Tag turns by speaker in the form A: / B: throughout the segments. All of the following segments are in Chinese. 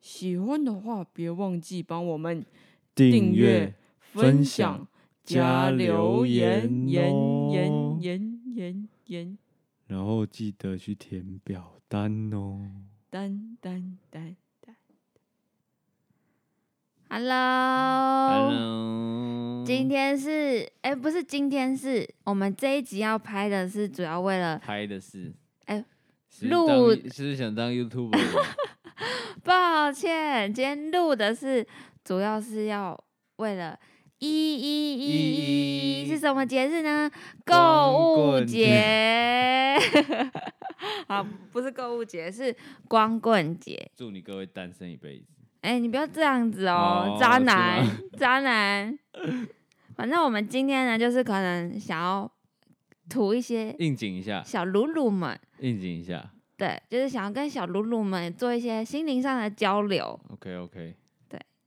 A: 喜欢的话，别忘记帮我们
B: 订阅、
A: 分
B: 分
A: 享
B: 享、
A: 加
B: 加
A: 留
B: 留
A: 言、
B: 言
A: 言
B: 哦
A: 言言言言，
B: 然后记得去填表单哦。
A: 单单单单。Hello，
B: Hello，
C: 今天是哎、不是今天是我们这一集要拍的是主要为了
B: 拍的是
C: 哎
B: 是
C: 录
B: 当是想当 YouTuber，
C: 抱歉，今天录的是主要是要为了一一一
B: 一
C: 一是什么节日呢？
B: 光
C: 购物
B: 棍
C: 节。 好，不是购物节，是光棍节。
B: 祝你各位单身一辈子。
C: 哎、你不要这样子
B: 哦
C: 哦，渣
B: 是吗
C: 男，渣男。反正我们今天呢，就是可能想要吐一些
B: 应景一下，
C: 小鲁鲁们，
B: 应景一下。
C: 对，就是想要跟小鲁鲁们做一些心灵上的交流。
B: OK OK，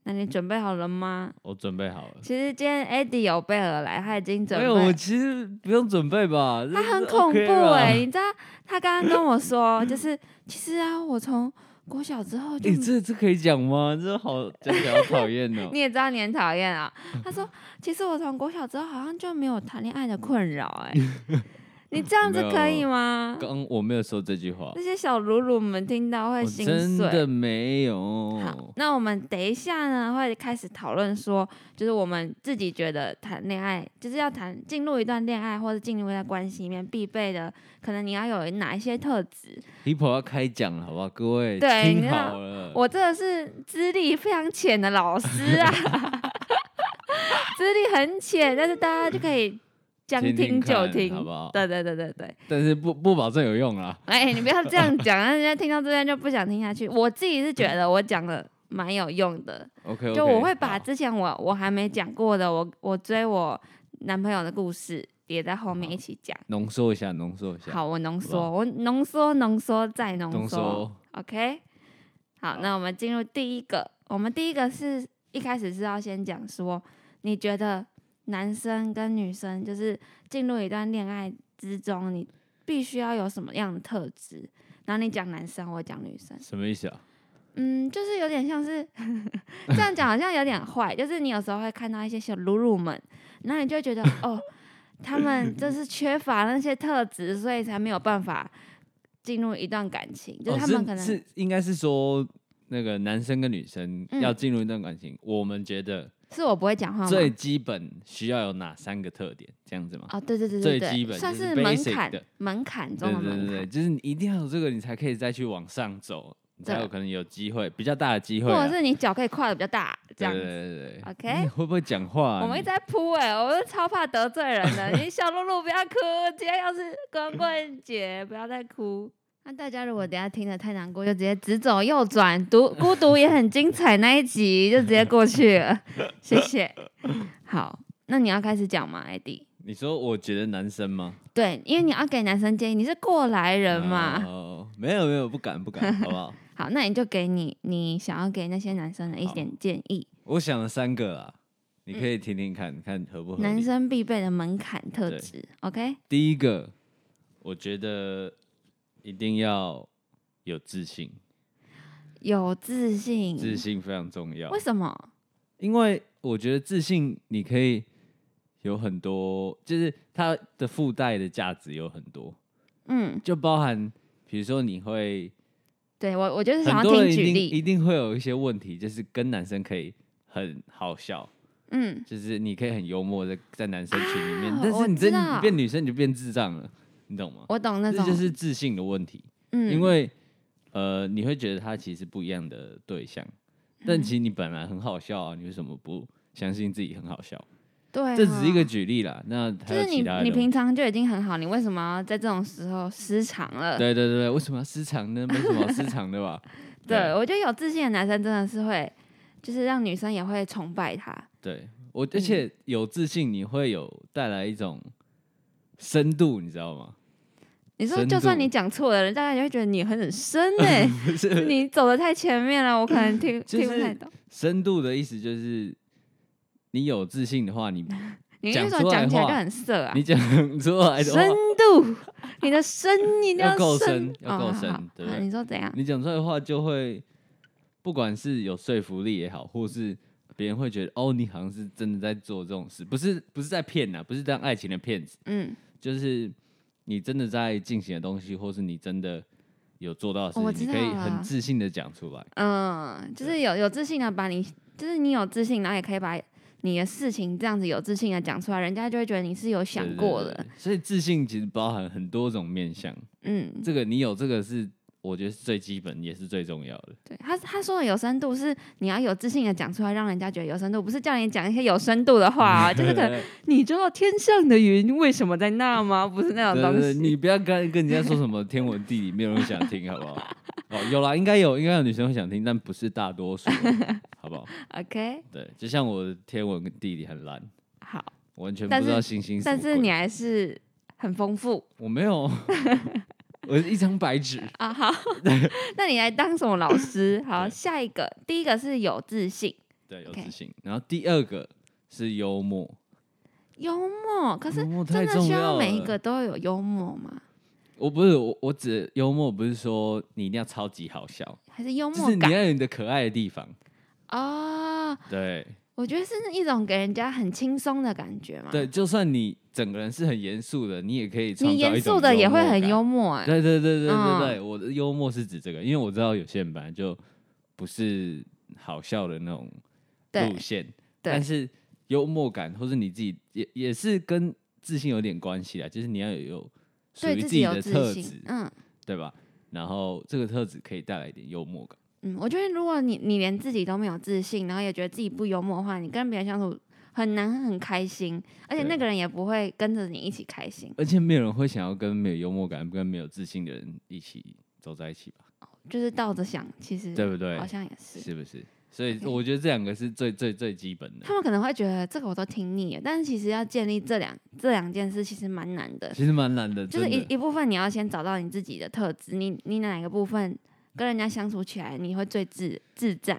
C: 那你准备好了吗？
B: 我准备好了。
C: 其实今天 Eddie 有备而来，他已经准
B: 没
C: 备
B: 有，哎我
C: 了。
B: 其实不用准备吧。
C: 他
B: 他
C: 很恐怖 哎、你知道他刚刚跟我说，就是其实啊，我从国小之后就
B: 哎你这这可以讲吗？这好讲起来好讨厌哦。
C: 你也知道你很讨厌啊。
B: 嗯
C: 他说，其实我从国小之后好像就没有谈恋爱的困扰哎、 你这样子可以吗？
B: 刚我没有说这句话
C: 那，些小鲁鲁们听到会
B: 我
C: 心
B: 真
C: 碎。
B: 的没
C: 好
B: 有，。
C: 那我们等一下呢，会开始讨论说，就是我们自己觉得谈恋爱，就是要谈进入一段恋爱或者进入一段关系里面必备的，可能你要有哪一些特质。
B: Hippo 要开讲了，好不好？各位
C: 对你
B: 听
C: 知道
B: 好了，
C: 我这个是资历非常浅的老师啊， 资历很浅，但是大家就可以将
B: 先听
C: 就
B: 看
C: 听，
B: 好不好
C: 对对对对对。
B: 但是不不保证有用啦。
C: 哎、你不要这样讲，让人家听到这边就不想听下去。我自己是觉得我讲的蛮有用的。
B: OK，, o
C: 就我会把之前我我还没讲过的，我我追我男朋友的故事也在后面一起讲。
B: 浓缩一下，浓缩一下。，
C: 好，我浓
B: 好不
C: 缩，
B: 好
C: 我浓缩，浓缩再浓
B: 浓
C: 缩。
B: 缩。
C: OK，好，那我们进入第一个，我们第一个是一开始是要先讲说，你觉得男生跟女生就是进入一段恋爱之中，你必须要有什么样的特质？然后你讲男生，我讲女生。
B: 什么意思啊？
C: 嗯，就是有点像是 这样讲，好像有点坏。就是你有时候会看到一些小鲁鲁们，然后你就会觉得哦，他们
B: 嗯
C: 就是缺乏那些特质，所以才没有办法进入一段感情。就是他们可
B: 哦、
C: 能、
B: 是是应该是说那个男生跟女生
C: 嗯
B: 要进入一段感情，我们觉得
C: 是我不会讲话吗？
B: 最基本需要有哪三个特点？这样子吗？
C: 哦，对对对
B: 最
C: 对
B: 基
C: 对，
B: 本
C: 算
B: 就是
C: 是
B: basic
C: 门槛
B: 的
C: 门槛
B: 对
C: 中的
B: 对对
C: 门
B: 对，
C: 槛，
B: 就是你一定要有这个，你才可以再去往上走，你才
C: 对
B: 有可能有机会，比较大的机会啊、
C: 或者是你脚可以跨的比较大这样
B: 对
C: 子。
B: 对对对
C: OK
B: 你 会不会讲话啊、
C: 我们一
B: 你
C: 直在扑哎、我是超怕得罪人 的。你小露露不要哭，今天要是光棍节，不要再哭。那大家如果等一下听得太难过，就直接直走右转，独孤独也很精彩那一集就直接过去了， 谢谢。好，那你要开始讲吗，艾迪？
B: 你说我觉得男生吗？
C: 对，因为你要给男生建议，你是过来人嘛。
B: 哦，没有没有，不敢不 敢，好不好？
C: 好，那你就给你你想要给那些男生的一
B: 好
C: 点建议，
B: 我想了三个啦，你可以听听看、看合不合理。
C: 男生必备的门槛特
B: 对
C: 质。OK，
B: 第一个，我觉得一定要有自信，
C: 有自信，
B: 自信哦非常重要
C: 嗯为。什么？
B: 因为我觉得自信，你可以有很多，就是它的附带的价值有很多，
C: 嗯，
B: 就包含比如说你会
C: 对我，我就是想
B: 很
C: 要
B: 多人
C: 听
B: 一
C: 举
B: 定
C: 例
B: 一。定会有一些问题，就是跟男生可以很好笑，
C: 嗯，
B: 就是你可以很幽默在在男生群里 面，
C: 啊
B: 但是
C: 我
B: 你真
C: 知道
B: 你变女生你就变智障了，你懂吗？
C: 我懂那
B: 这
C: 种，
B: 就是自信的问题。
C: 嗯，
B: 因为呃，你会觉得他其实不一样的对象，
C: 嗯
B: 但其实你本来很好笑啊，你为什么不相信自己很好笑？
C: 对，啊
B: 这只是一个，举例啦，那还
C: 就
B: 有
C: 是
B: 其
C: 你
B: 他的
C: 你
B: 东西。
C: 平常就已经很好，你为什么要在这种时候失常了？
B: 对对对对，为什么要失常呢？没什么好失常的吧？
C: 对，我觉得有自信的男生真的是会，就是让女生也会崇拜他。
B: 对，我
C: 嗯
B: 而且有自信，你会有带来一种深度，你知道吗？
C: 你说，
B: 深
C: 就算
B: 度
C: 你讲错了，人大家也会觉得你很深呢、 你走的太前面了，我可能听、
B: 就是
C: 听不太懂。 啊
B: 深度的意思就是，你有自信的话，你
C: 你那
B: 讲
C: 种
B: 出来
C: 讲起来
B: 话
C: 就很色啊
B: 你，讲出来的话
C: 深，度， 你的深一定
B: 要够
C: 深
B: 深，要够深
C: 哦好好
B: 对不
C: 好
B: 对
C: 你说怎样？
B: 你讲出来的话就会，不管是有说服力也好，或是别人会觉得哦，你好像是真的在做这种事，不是不是在骗呐、不是当爱情的骗子，
C: 嗯，
B: 就是你真的在进行的东西，或是你真的有做到的事
C: 哦
B: 情，
C: 我
B: 你
C: 知
B: 可以
C: 道了
B: 很自信的讲出来。
C: 嗯，就是有有自信的把你，就是你有自信，然后也可以把你的事情这样子有自信的讲出来，人家就会觉得你是有
B: 对
C: 想
B: 对
C: 过
B: 对
C: 的。
B: 对所以自信其实包含很多种面向。
C: 嗯，
B: 这个你有这个是，我觉得是最基本也是最重要的。
C: 对他他说的有深度是你要有自信的讲出来，让人家觉得有深度，不是叫你讲一些有深度的话、哦，就是可 能你知道天上的云为什么在那吗？不是那种
B: 对
C: 东
B: 对
C: 西。
B: 对，你不要跟跟人家说什么天文地理，没有人想听，好不 好？哦，有啦，应该有，应该有女生会想听，但不是大多数， 好不好？
C: OK，
B: 对，就像我的天文跟地理很烂，
C: 好，
B: 完全不
C: 但
B: 知
C: 是
B: 道星星什
C: 但
B: 么
C: 是
B: 鬼
C: 你还是很丰富
B: 我没 有，我是一张白纸。
C: 啊。好，那你来当什么老师？好，
B: 对
C: 下一个，第一个是有自信，
B: 对，有
C: OK
B: 自信。然后第二个是幽默，
C: 幽默。可是
B: 幽默
C: 真
B: 太
C: 的
B: 重
C: 需要
B: 了
C: 每一个都有幽默吗？
B: 我不是我，我指幽默不是说你一定要超级好笑，
C: 还是幽
B: 就
C: 默
B: 是你
C: 感
B: 要有你的可爱的地方。
C: 啊、哦？
B: 对
C: 我觉得是一种给人家很轻松的感觉嘛。
B: 对，，就算你整个人是很严肃的，你也可以创
C: 你
B: 造
C: 严
B: 一种
C: 肃的也会很
B: 默
C: 幽默哎、
B: 感。对对对对对
C: 嗯
B: 对，我的幽默是指这个，因为我知道有些人本来就不是好笑的那种路
C: 对
B: 线，但
C: 对，
B: 是幽默感或是你自己也也是跟自信有点关系啊，就是你要有有属
C: 对
B: 于
C: 己
B: 己
C: 有
B: 的特
C: 自信
B: 质，，
C: 嗯。
B: 对吧？然后这个特质可以带来一点幽默感。
C: 嗯，我觉得如果你你连自己都没有自信，然后也觉得自己不幽默的话，你跟别人相处很难很开心，而且
B: 对
C: 那个人也不会跟着你一起开心，
B: 而且没有人会想要跟没有幽默感、跟没有自信的人一起走在一起吧？
C: 就是倒着想，其实
B: 对不对
C: 好？像也是，
B: 是不是？所以
C: OK
B: 我觉得这两个是最最最基本的
C: 他。们可能会觉得这个我都听腻了，但是其实要建立这两这两件事其实蛮难的，
B: 其实蛮难的，
C: 就是
B: 真
C: 一
B: 的
C: 一部分你要先找到你自己的特质，你你哪一个部分跟人家相处起来你会最自自在，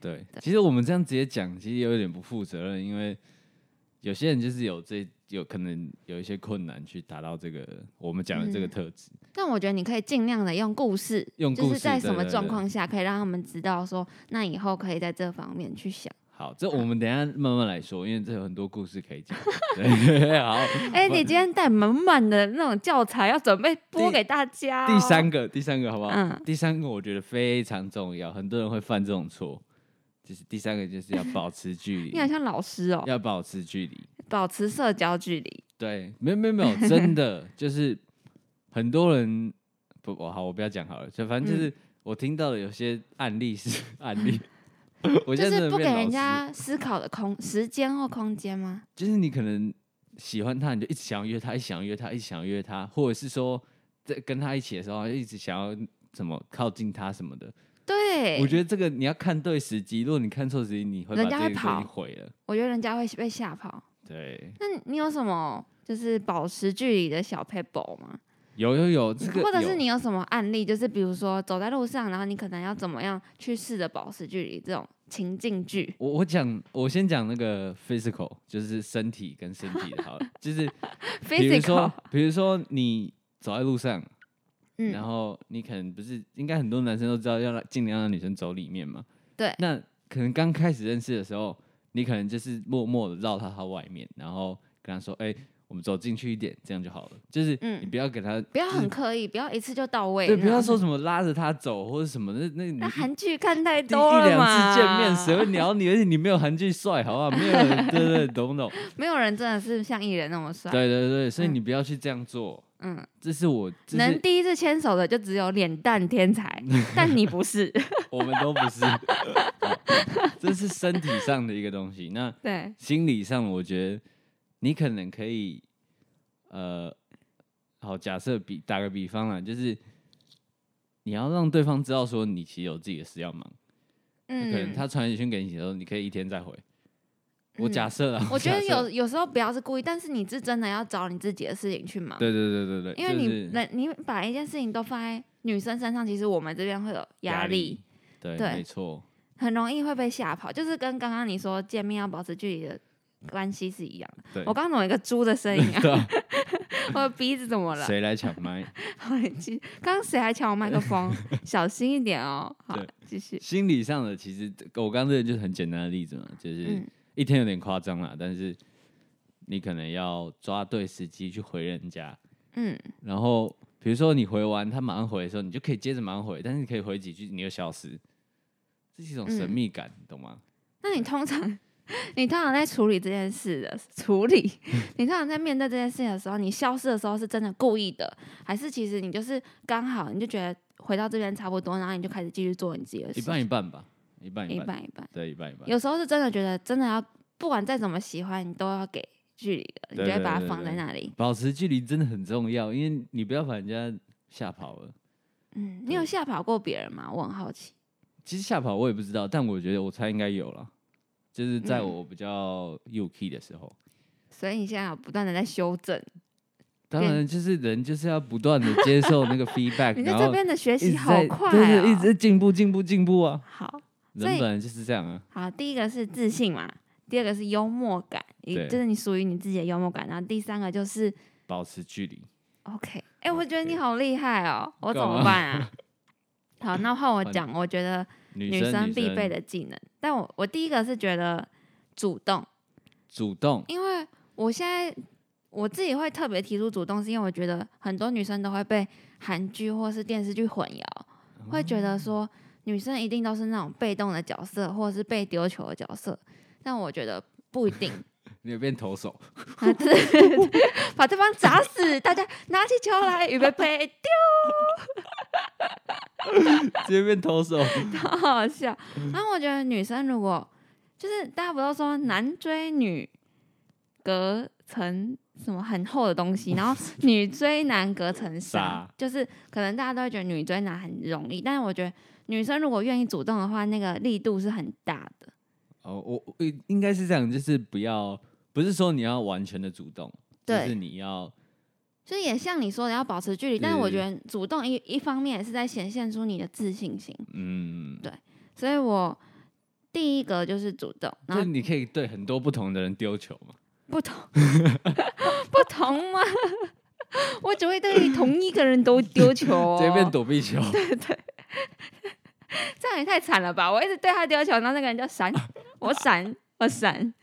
B: 对
C: 对。
B: 其实我们这样直接讲，其实有点不负责任，因为有些人就是有这有可能有一些困难去达到这个我们讲的这个
C: 嗯
B: 特质，
C: 但我觉得你可以尽量的用故事，
B: 用
C: 就
B: 故
C: 是
B: 事
C: 在什
B: 对
C: 么
B: 对
C: 状
B: 对
C: 况下可以让他们知道说，那以后可以在这方面去想。
B: 好，这我们等一下慢慢来说，因为这有很多故事可以 讲。对，好，
C: 哎、你今天带满满的那种教材要准备播
B: 第
C: 给大家、哦
B: 第，三个，第三个哦好不好？
C: 嗯
B: 第三个我觉得非常重要，很多人会犯这种错，就是第三个就是要保持距离
C: 你，好像老师哦，
B: 要保持距离。
C: 保持社交距离。
B: 对，没有没有 没有，真的就是很多人不，我好，我不要讲好了，就反正
C: 嗯
B: 就是我听到的有些案例是案例， 我
C: 就
B: 现在
C: 是
B: 真的
C: 不给
B: 变
C: 人
B: 老师，
C: 家思考的空时间或空间吗？
B: 就是你可能喜欢他，你就一直想要约他，一直想要约他，一直想要约他，或者是说在跟他一起的时候，一直想要怎么靠近他什么的。
C: 对，
B: 我觉
C: 得
B: 得这个你要看对时机，如果你看错时机，你会把
C: 人家
B: 这
C: 会
B: 个东
C: 跑
B: 西毁了。
C: 我觉得人家会被吓跑。
B: 对，
C: 那你有什么就是保持距离的小 pebble 吗？
B: 有有有，这个
C: 或者是
B: 有
C: 你有什么案例？就是比如说走在路上，然后你可能要怎么样去试着保持距离这种情境剧？
B: 我我讲，我先讲那个 physical，就是身体跟身体的，好了， 就是比如
C: physical
B: 说，比如说你走在路上，
C: 嗯
B: 然后你可能不是，应该很多男生都知道要让尽量让女生走里面嘛，
C: 对
B: 那可能刚开始认识的时候，你可能就是默默的绕到她外面，然后跟她说，哎、我们走进去一点，这样就好了，就是
C: 嗯
B: 你不要给她，
C: 不要
B: 就是
C: 很刻意，不要一次就到位。
B: 对，不要说什么拉着她走或者什么，那那你
C: 那
B: 一
C: 韩剧看太
B: 第
C: 多
B: 一
C: 了
B: 两
C: 嘛。
B: 次见面，谁会鸟你？而且你没有韩剧帅，好不好？没 有人，对对，懂不懂？
C: 没有人真的是像艺人那么帅。
B: 对对对，所以
C: 嗯
B: 你不要去这样做。
C: 嗯，
B: 这是我，这
C: 能
B: 是
C: 第一次牵手的就只有脸蛋天才，但你不是。
B: 我们都不是， 这是身体上的一个东西。那
C: 对，
B: 心理上，我觉得你可能可以，呃，好，假设比打个比方啦，就是你要让对方知道说你其实有自己的事要忙。可能
C: 嗯，
B: 他传简讯给你的时候，你可以一天再回。我
C: 嗯
B: 假设啊，
C: 我觉
B: 假
C: 得
B: 设
C: 有有时候不要是故意，但是你是真的要找你自己的事情去忙。
B: 对对对对对，
C: 因为
B: 就
C: 你
B: 是
C: 那你把一件事情都放在女生身上，其实我们这边会有压力，，
B: 对，
C: 对
B: 没错，
C: 很容易会被吓跑。就是跟刚刚你说见面要保持距离的关系是一样的。
B: 对
C: 我，刚刚怎么有一个猪的声音啊？
B: 对 啊
C: 我的鼻子怎么了？
B: 谁来抢麦？
C: 好你继续刚刚谁还抢我麦 克风？小心一点哦。好
B: 对，
C: 继续。
B: 心理上的，其实我刚刚这个就是很简单的例子嘛，就是
C: 嗯，
B: 一天有点夸张啦，但是你可能要抓对时机去回人家，
C: 嗯，
B: 然后比如说你回完他马上回的时候，你就可以接着马上回，但是你可以回几句你又消失，这是一种神
C: 嗯
B: 秘感，你懂吗？
C: 那你通常，你通常在处理这件事的处理，
B: 嗯
C: 你通常在面对这件事情的时候，你消失的时候是真的故意的，还是其实你就是刚好你就觉得回到这边差不多，然后你就开始继续做你自己的事
B: 一
C: 情？
B: 半一半吧，一半
C: 一
B: 一半，
C: 半一半。
B: 对，一半一半。
C: 有时候是真的觉得真的要，不管再怎么喜欢，你都要给距离的，你
B: 对
C: 就会
B: 对
C: 把它
B: 对
C: 放在
B: 对
C: 那里。
B: 保持距离真的很重要，因为你不要把人家吓跑了。
C: 嗯，你有
B: 对
C: 吓跑过别人吗？我很好奇。
B: 其实吓跑我也不知道，但我觉得我猜应该有了，就是在
C: 嗯
B: 我比较幼 key 的时候。
C: 所以你现在有不断的在修正，
B: 当然，就是人就是要不断的接受 那个 feedback，
C: 你
B: 然后
C: 在这边的学
B: 一
C: 习
B: 直
C: 好
B: 在
C: 快
B: 对
C: 哦。
B: 对，一直在进步进步进步啊！
C: 好所以
B: 人本来就是这样啊，
C: 好，第一个是自信嘛，第二个是幽默感，你
B: 对
C: 就是你属于你自己的幽默感，然后第三个就是
B: 保持距离。
C: OK。哎、我觉得你
B: OK
C: 好厉害哦，我怎
B: 干
C: 么
B: 嘛
C: 办 啊？好，那换我
B: 换你
C: 讲，我觉得
B: 女
C: 女
B: 生
C: 生必备的技能，但我我第一个是觉得主动。
B: 主动，
C: 因为我现在我自己会特别提出主动，是因为我觉得很多女生都会被韩剧或是电视剧混淆，会觉得说女生一定都是那种被动的角色，或者是被丢球的角色，但我觉得不一定，
B: 你有变投手，
C: 啊对对对对把对方砸死，大家拿起球来预备备，
B: 直接变投手，
C: 好好笑。然后我觉得女生如果就是大家不都说男追女隔层什么很厚的东西，然后女追男隔层纱
B: 纱，
C: 就是可能大家都会觉得女追男很容易，但是我觉得女生如果愿意主动的话，那个力度是很大的。
B: 哦，我我应该是这样，就是不要，不是说你要完全的主动，
C: 对
B: 就是你要
C: 所以也像你说的要保持距离，但是我
B: 对
C: 觉得主动一一方面也是在显现出你的自信心，
B: 嗯，
C: 所以我第一个就是主动，然
B: 就
C: 后
B: 是你可以对很多不同的人丢球嘛，
C: 不同，不同吗？ 我只会对同一个人都丢球、哦，
B: 直接变躲避球，
C: 这样也太惨了吧！我一直对他丢球，然后那个人就闪，我闪，我闪，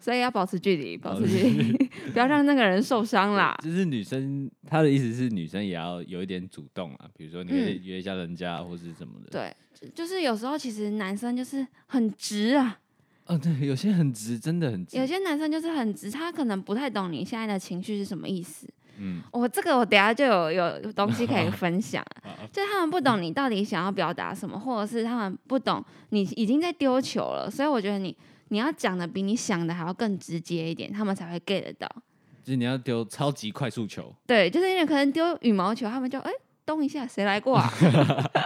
C: 所以要保持距离，保持距离，不要让那个人受伤啦。
B: 就是女生她的意思是女生也要有一点主动啊，比如说你可以约一下人家或是什么的，
C: 嗯对，就就是有时候其实男生就是很直啊，
B: 哦对，有些很直，真的很直
C: 有，些男生就是很直，他可能不太懂你现在的情绪是什么意思。
B: 嗯，
C: 我、这个我等一下就有有有东西可 以分享。
B: 啊
C: 就他们不懂你到底想要表达什么，或者是他们不懂你已经在丢球了，所以我觉得你你要讲的比你想的还要更直接一点，他们才会 get 得到。
B: 就是你要丢超级快速球，
C: 对，就是因为可能丢羽毛球，他们就哎、咚一下，谁来过 啊？他们就、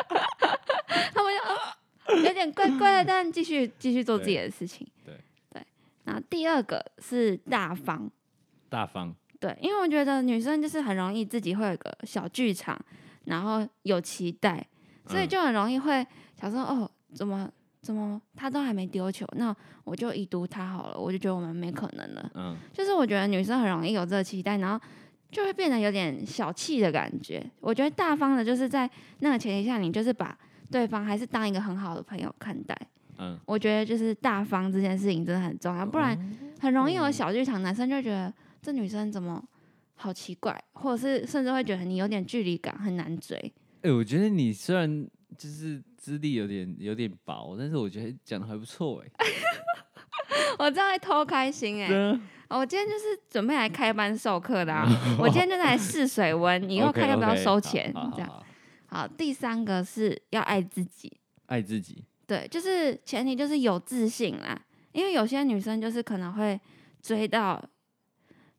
C: 呃有点怪怪的，但继续继续做自己的事情。
B: 对
C: 对，然后第二个是大方，
B: 大方，
C: 对，因为我觉得女生就是很容易自己会有个小剧场，然后有期待，所以
B: 嗯
C: 就很容易会想说，哦，怎么怎么他都还没丢球，那我就已读他好了，我就觉得我们没可能了。
B: 嗯，
C: 就是我觉得女生很容易有这个期待，然后就会变得有点小气的感觉。我觉得大方的就是在那个前提下，你就是把对方还是当一个很好的朋友看待。
B: 嗯，
C: 我觉得就是大方这件事情真的很重要，不然很容易有小剧场，男生就觉得这女生怎么好奇怪，或者是甚至会觉得你有点距离感，很难追。
B: 哎、我觉得你虽然就是资历有点有点薄，但是我觉得讲的还不错哎、
C: 我这样会偷开心哎、
B: 对啊
C: 哦我今天就是准备来开班授课 的、啊，我今天就是来试水温，以后
B: OK，
C: 看要不要
B: OK，
C: 收
B: 好
C: 钱
B: 好好
C: 这样。
B: 好
C: 哦好，第三个是要爱自己，
B: 爱自己，
C: 对，就是前提就是有自信啦，因为有些女生就是可能会追到，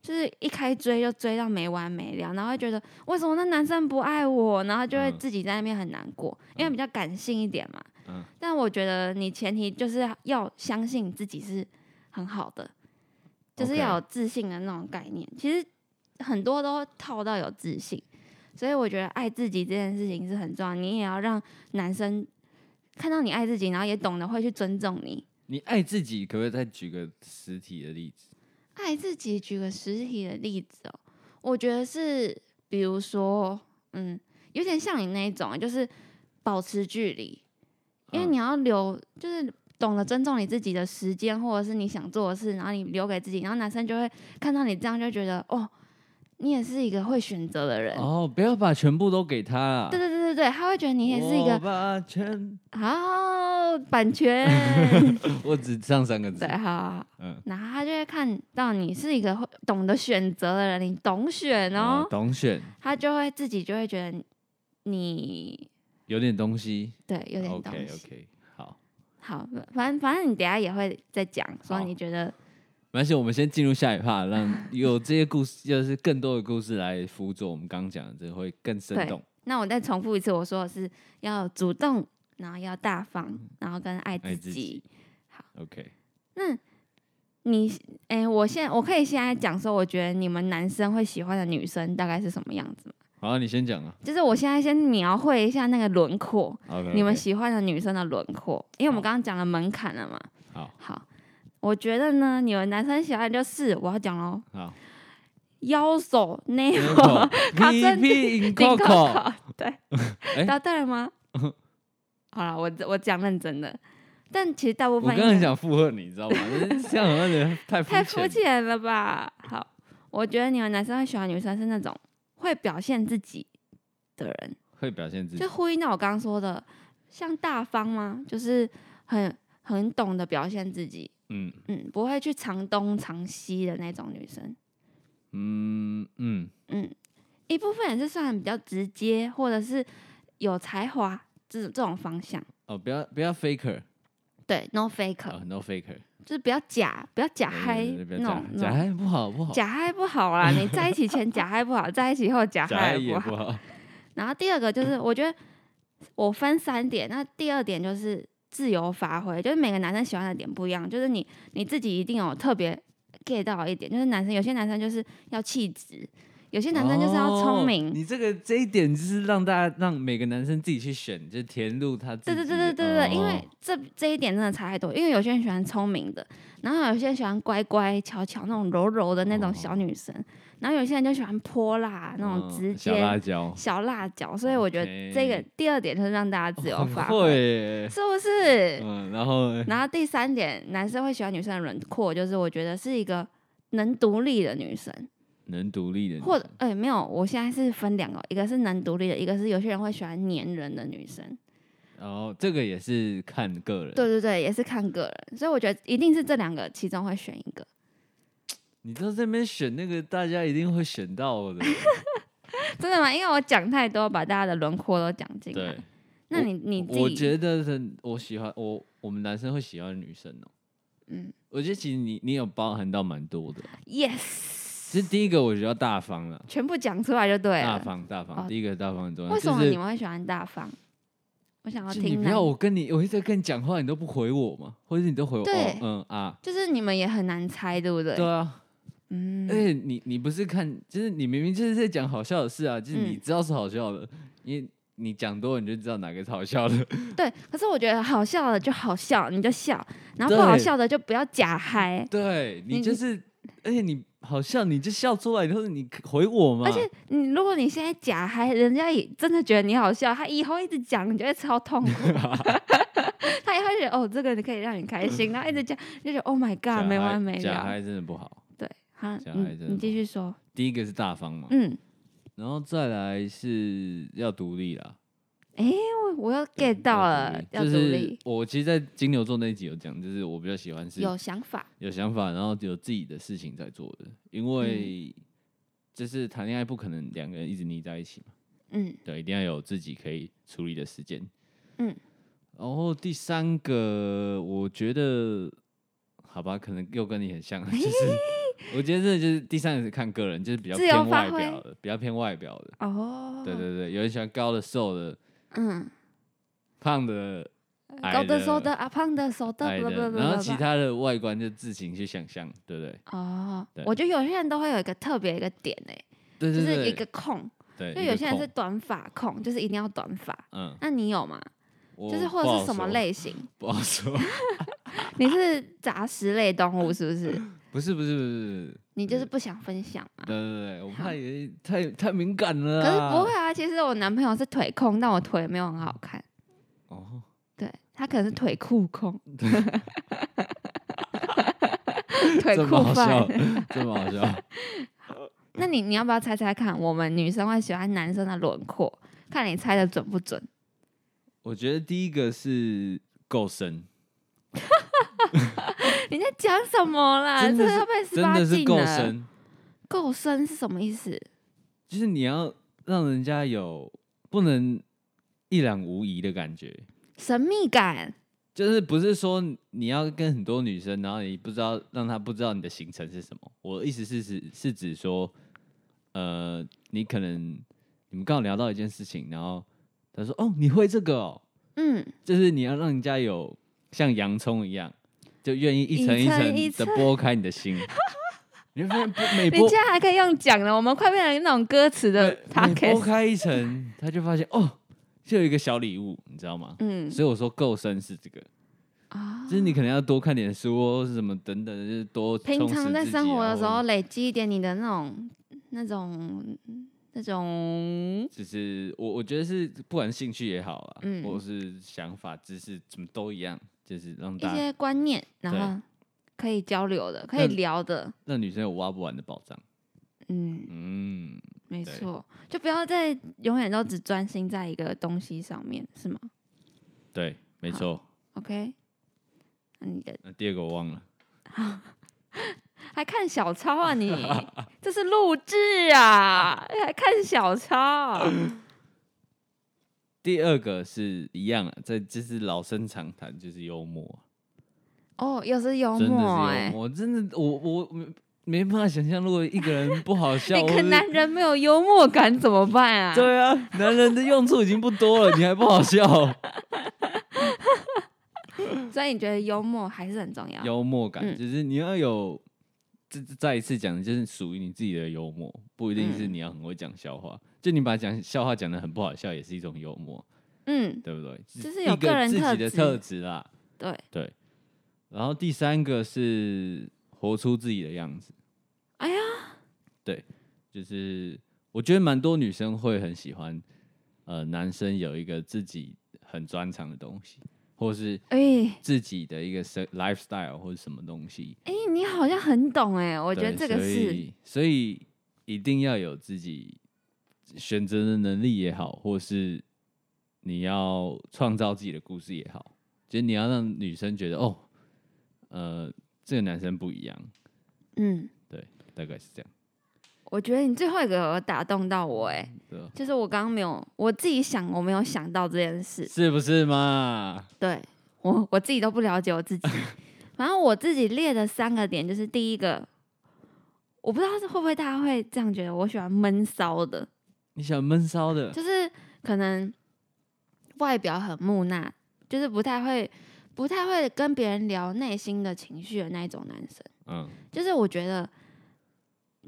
C: 就是一开追就追到没完没了，然后会觉得为什么那男生不爱我，然后就会
B: 嗯
C: 自己在那边很难过，因为
B: 嗯
C: 比较感性一点嘛。
B: 嗯
C: 但我觉得你前提就是要相信自己是很好的，就是要有自信的那种概念。其实很多都套到有自信，所以我觉得爱自己这件事情是很重要。你也要让男生看到你爱自己，然后也懂得会去尊重你。
B: 你爱自己，可不可以再举个实体的例子？
C: 爱自己，举个实体的例子哦，我觉得是，比如说，嗯，有点像你那一种，就是保持距离，因为
B: 嗯
C: 你要留，就是懂得尊重你自己的时间，或者是你想做的事，然后你留给自己，然后男生就会看到你这样，就觉得哦，你也是一个会选择的人。
B: 哦，不要把全部都给他啦。
C: 对对对对对，他会觉得你也是一
B: 我
C: 个
B: 把 全，
C: 好版权，
B: 我只唱三个字
C: 对，。好好好
B: 嗯，
C: 然后他就会看到你是一个会懂得选择的人，你懂选哦
B: 哦，懂选，
C: 他就会自己就会觉得你
B: 有点东西。
C: 对有点东
B: OK
C: 西。
B: OK，好，
C: 好，反正反正你等一下也会再讲，说
B: 好
C: 你觉得
B: 没关系，我们先进入下一趴，让有这些故事，就是更多的故事来辅佐我们刚刚讲的，这会更生
C: 对
B: 动。
C: 那我再重复一次，我说的是要主动，然后要大方，然后跟嗯爱
B: 爱
C: 自
B: 自己
C: 己。
B: OK，
C: 那你哎、我现在我可以现在讲说，我觉得你们男生会喜欢的女生大概是什么样子吗？
B: 好，你先讲啊。
C: 就是我现在先描绘一下那个轮廓，
B: 好，
C: 你们喜欢的女生的轮廓，因为我们
B: 好
C: 刚刚讲了门槛了嘛。
B: 好
C: 好，我觉得呢，你们男生喜欢就是我要讲喽，
B: 好。
C: 腰手内 火，卡森
B: PP in
C: 顶
B: Coco，
C: 扣对，
B: 哎嗯
C: 答对了吗？好了，我我讲认真的，但其实大部
B: 我
C: 分
B: 刚
C: 应
B: 刚
C: 该
B: 想附和你，你知道吗？就是这样好像有点太肤
C: 太肤
B: 浅了。
C: 浅了吧？好，我觉得你们男生会喜欢女生是那种会表现自己的人，
B: 会表现自己
C: 就。呼应到我刚刚说的，像大方吗？就是很很懂得表现自己，
B: 嗯
C: 嗯，不会去藏东藏西的那种女生。
B: 嗯嗯，
C: 嗯，一部分也是算比较直接，或者是有才华这这种方向。
B: 哦，不要不要 faker，
C: 对，no fake，、
B: 哦，很多 faker，
C: 就是不要假，不要假嗨
B: 对对对不要假
C: 那种，
B: 假
C: 那种
B: 嗨不好不好，
C: 假嗨不好啦。你在一起前假嗨不好，在一起后假
B: 假
C: 嗨
B: 也
C: 不好。
B: 不好。
C: 然后第二个就是，我觉得我分三点，那第二点就是自由发挥，就是每个男生喜欢的点不一样，就是你你自己一定有特别 get 到一点，就是男生有些男生就是要气质，有些男生就是要聪明。
B: 哦你这个这一点就是让大家让每个男生自己去选，就是填入他自
C: 对
B: 己。
C: 对对对对对，因为
B: 嗯哦
C: 这这一点真的差太多。因为有些人喜欢聪明的，然后有些人喜欢乖乖巧巧那种柔柔的那种小女生，然后有些人就喜欢泼辣那种
B: 哦嗯
C: 直
B: 小辣
C: 接
B: 椒，
C: 小辣椒。所以我觉得这个
B: OK 哦
C: 第二点就是让大家自由
B: 很
C: 发
B: 会
C: 挥，
B: 耶，
C: 是不是？
B: 嗯，然后呢
C: 然后第三点，男生会喜欢女生的轮廓，就是我觉得是一个能独立的女生，
B: 能独立的女
C: 或者
B: 生
C: 哎、没有，我现在是分两个，一个是能独立的，一个是有些人会喜欢黏人的女生。
B: 然后这个也是看个人。
C: 对对对，也是看个人，所以我觉得一定是这两个其中会选一个。
B: 你知道这边选那个，大家一定会选到的。
C: 真的吗？因为我讲太多，把大家的轮廓都讲进来
B: 对。，
C: 那你你自己，
B: 我觉得是，我喜欢我我们男生会喜欢女生哦、
C: 嗯
B: 我觉得其实你你有包含到蛮多的。
C: ，yes，
B: 其实第一个我觉得要大方了，
C: 全部讲出来就对
B: 大
C: 了。
B: 方大方，
C: 哦
B: 第一个大方很重要。
C: 为什么
B: 就是
C: 你们会喜欢大方？我想要
B: 就你
C: 听
B: 不
C: 呢
B: 要，我跟你，我一直在跟你讲话，你都不回我嘛，或者你都回我，
C: 对
B: 哦、嗯啊，
C: 就是你们也很难猜，对不对？
B: 对啊，
C: 嗯，
B: 而且你你不是看，就是你明明就是在讲好笑的事啊，就是你
C: 嗯
B: 知道是好笑的，因为你讲多了你就知道哪个是好笑的，
C: 对。可是我觉得好笑的就好笑，你就笑；然后不
B: 对
C: 好笑的就不要假嗨。
B: 对你
C: 你
B: 就是，而且你好笑你就笑出来，然后你回我嘛，
C: 而且你如果你现在假嗨，人家也真的觉得你好笑，他以后一直讲，你就会超痛苦。他以后就觉得哦，这个可以让你开心，然后一直讲，就觉得 Oh my
B: 假
C: God，没
B: 嗨
C: 完没
B: 假
C: 了。
B: 嗨真的不好。
C: 对，好，
B: 假嗨
C: 你
B: 真的
C: 你
B: 不
C: 继续说，
B: 第一个是大方嘛，
C: 嗯，
B: 然后再来是要独立啦，
C: 我我又 get 到了，要
B: 就
C: 独
B: 是
C: 立，
B: 我其实，在金牛座那一集有讲，就是我比较喜欢是
C: 有想法，
B: 有想法，然后有自己的事情在做的，因为
C: 嗯
B: 就是谈恋爱不可能两个人一直腻在一起嘛，
C: 嗯
B: 对，啊一定要有自己可以处理的时间。
C: 嗯，
B: 然后第三个，我觉得好吧，可能又跟你很像，就是我 觉得这就是第三个是看个人，就是比较
C: 自由
B: 偏
C: 发
B: 外
C: 挥
B: 表的，比较偏外表的，
C: 哦，
B: 对，对对，有人喜欢高的、瘦的、
C: 嗯，
B: 胖的、矮
C: 呃高的
B: 的
C: 瘦的啊，胖的瘦的，
B: 矮
C: 不不
B: 的，
C: 不
B: 然后
C: 不
B: 其
C: 不
B: 他的外观就自行去想象，对不对？
C: 哦
B: 对，
C: 我觉得有些人都会有一个特别一个点诶，
B: 对
C: 就
B: 对对，
C: 是一个控，
B: 对，
C: 就
B: 一
C: 有
B: 个
C: 些人是
B: 空
C: 短发控，就是一定要短发，
B: 嗯，
C: 那你有吗？就是
B: 我
C: 或
B: 不
C: 者
B: 好
C: 是什么
B: 说，
C: 类型？
B: 不好说。
C: 你是杂食类动物是不是？
B: 不是不是不是，不是
C: 你就是不想分享嘛
B: 对？对对，我怕有点太太敏感了
C: 可
B: 啦。
C: 是不会啊，其实我男朋友是腿控，但我腿没有很好看，
B: 哦，
C: 对他可能是腿裤 控， 腿
B: 这么
C: 裤
B: 好笑
C: 范。，
B: 这么好笑。
C: 那你你要不要猜猜看，我们女生会喜欢男生的轮廓？看你猜的准不准？
B: 我觉得第一个是够深，
C: 你在讲什么啦？
B: 真
C: 这
B: 的
C: 个
B: 是
C: 要被十
B: 真
C: 八
B: 的是
C: 禁
B: 够
C: 了。
B: 深，
C: 够深是什么意思？
B: 就是你要让人家有不能一览无遗的感觉，
C: 神秘感
B: 就是不是说你要跟很多女生，然后你不知道让她不知道你的行程是什么。我的意思是指是指说，呃，你可能你们刚好聊到一件事情，然后她说：“哦，你会这个哦。”
C: 嗯，
B: 就是你要让人家有像洋葱一样，就愿意一层
C: 一层一
B: 一层
C: 层
B: 的剥开你的心。你会发现不每
C: 人
B: 剥
C: 家还可以用讲的，我们快变成那种歌词的
B: 每每剥
C: podcast。
B: 开一层，他就发现哦，就有一个小礼物，你知道吗？
C: 嗯
B: 所以我说够深是这个，
C: 啊，
B: 就是你可能要多看点书或是什么等等，就是多
C: 平
B: 充实
C: 常在
B: 自己啊
C: 生活的时，
B: 然
C: 候
B: 后
C: 累积一点你的那种、那种、那种，
B: 就是我我觉得是不管兴趣也好啊，
C: 嗯
B: 或是想法、知识什么都一样，就是让
C: 一
B: 大家
C: 些观念，然
B: 对
C: 后可以交流的，可
B: 那
C: 以聊的。
B: 让女生有挖不完的宝藏。
C: 嗯，
B: 嗯，
C: 没
B: 对
C: 错，就不要再永远都只专心在一个东西上面，是吗
B: 对，没
C: 好
B: 错。
C: ？OK，那你的
B: 那第二个我忘了。
C: 还看小抄啊 你？这是录制啊，还看小抄？
B: 第二个是一样啊，这就是老生常谈，就是幽默啊，
C: 哦，又是幽
B: 真的是
C: 默哎、
B: 幽默，真的，我我没没办法想象，如果一个人不好笑，
C: 你
B: 或
C: 看
B: 是
C: 男人没有幽默感怎么办啊？
B: 对啊，男人的用处已经不多了，你还不好 笑，
C: 所以你觉得幽默还是很重要。
B: 幽默感、
C: 嗯
B: 就是你要有，这这再一次讲，就是属于你自己的幽默，不一定是
C: 嗯
B: 你要很会讲笑话，就你把讲笑话讲的很不好笑，也是一种幽默，
C: 嗯，
B: 对不对？
C: 就是有
B: 一
C: 个人
B: 自
C: 特
B: 己的
C: 质
B: 特质啦，
C: 对。
B: 对。然后第三个是活出自己的样子。
C: 哎呀，
B: 就是我觉得蛮多女生会很喜欢，呃，男生有一个自己很专长的东西，或是
C: 哎、
B: 自己的一个生 lifestyle 或者什么东西。
C: 哎、你好像很懂哎、我
B: 我
C: 觉得这个
B: 所
C: 是
B: 以所以一定要有自己选择的能力也好，或是你要创造自己的故事也好，就是你要让女生觉得哦，呃，这个男生不一样，
C: 嗯，
B: 对，大概是这样，
C: 我觉得你最后一个有打动到我哎、
B: 对吧
C: 就是我刚刚没有我自己想，我没有想到这件事，
B: 是不是嘛？
C: 对我我自己都不了解我自己。 反正我自己列的三个点就是第一个，我不知道是会不会大家会这样觉得，我喜欢闷骚的，
B: 你想闷骚 的，
C: 就是可能外表很木讷，就是不太会、不太会跟别人聊内心的情绪的那一种男生。
B: 嗯。
C: 就是我觉得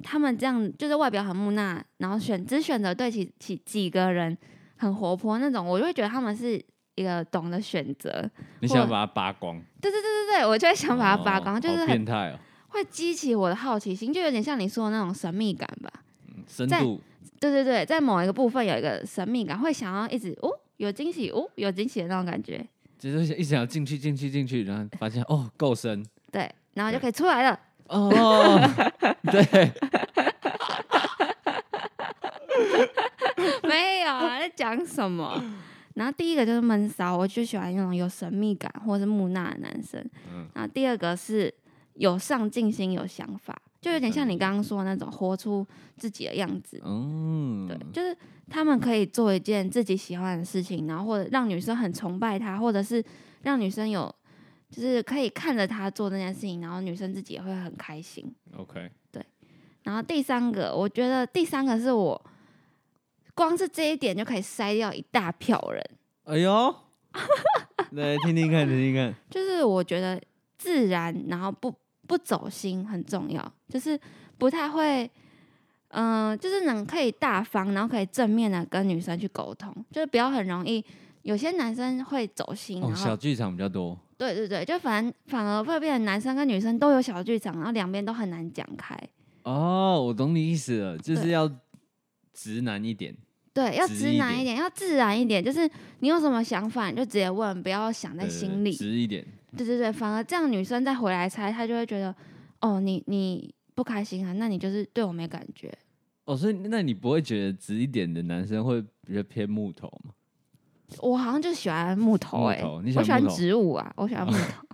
C: 他们这样，就是外表很木讷，然后选只选择对其其几个人很活泼那种，我就会觉得他们是一个懂得选择。
B: 你
C: 或
B: 想把它扒光，
C: 对对对对对，我就会想把它扒光，
B: 哦
C: 就是
B: 好
C: 很
B: 变态哦，
C: 会激起我的好奇心，就有点像你说的那种神秘感吧。
B: 嗯深
C: 在
B: 度
C: 对对对，在某一个部分有一个神秘感，会想要一直哦有惊喜哦有惊喜的那种感觉，
B: 就是想一直想进去进去进去，然后发现哦够深
C: 对，然后就
B: 对
C: 可以出来了。
B: 哦， 对，
C: 没有啊，在讲 什么？然后第一个就是闷骚，我就喜欢那种有神秘感或是木讷的男生。
B: 嗯
C: 然后第二个是有上进心、有想法，就有点像你刚刚说的那种活出自己的样子。
B: 嗯，
C: 对，就是他们可以做一件自己喜欢的事情，然后或者让女生很崇拜他，或者是让女生有就是可以看着他做这件事情，然后女生自己也会很开心。
B: ，OK，
C: 然后第三个，我觉得第三个是我光是这一点就可以筛掉一大票人，
B: 哎呦， 来听听看，听听看，
C: 就是我觉得自然，然后不不走心很重要，就是不太会，呃嗯、就是能可以大方，然后可以正面的跟女生去沟通，就是不要很容易有些男生会走心，
B: 哦，
C: 然后
B: 小剧场比较多，
C: 对对对，就反反而会变成男生跟女生都有小剧场，然后两边都很难讲开。
B: 哦，我懂你意思了，就是
C: 对
B: 要直男一点，
C: 对，要
B: 直
C: 直
B: 一
C: 男一点，要自然一点，就是你有什么想法你就直接问，不要想在
B: 对对
C: 心里。
B: 呃直一点，
C: 对对对，反而这样女生再回来猜，她就会觉得，哦，你你不开心啊，那你就是对我没感觉。
B: 哦，所以那你不会觉得直一点的男生会比较偏木头吗？
C: 我好像就喜欢木头
B: 木
C: 哎、
B: 头你喜
C: 我
B: 欢
C: 喜欢
B: 木头
C: 植物啊，我喜欢木头。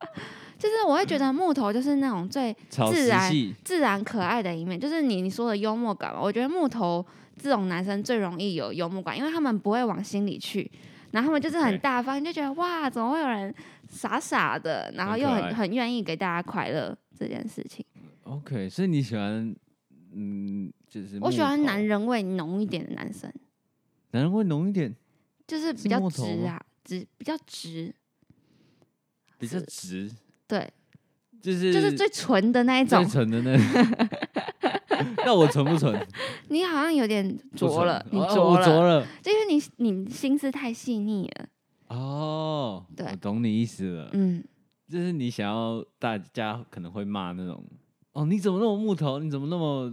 C: 就是我会觉得木头就是那种最
B: 草
C: 自
B: 食
C: 然
B: 系
C: 自然可爱的一面，就是你你说的幽默感嘛。我觉得木头这种男生最容易有幽默感，因为他们不会往心里去，然后他们就是很
B: 对
C: 大方，你就觉得哇，怎么会有人傻傻的，然后
B: 很
C: 又
B: 可
C: 很
B: 爱
C: 很愿意给大家快乐这件事情。
B: ，OK，所以你喜欢，嗯，就是
C: 我喜欢
B: 木头
C: 男，人味浓一点的男生，
B: 男人会浓一点，
C: 就是比
B: 是
C: 较
B: 木头
C: 直
B: 吗
C: 啊，直比较直，
B: 比较
C: 是
B: 直，
C: 对，
B: 就是
C: 就是最纯的那一种
B: 最。纯的那个。 那我纯不纯？
C: 你好像有点
B: 不
C: 浊
B: 纯
C: 了，你
B: 哦哦
C: 浊
B: 我
C: 了，
B: 浊了。
C: 就因为你你心思太细腻了。
B: 哦，
C: 对
B: 我懂你意思了。
C: 嗯，
B: 就是你想要大家可能会骂那种，哦，你怎么那么木头？你怎么那么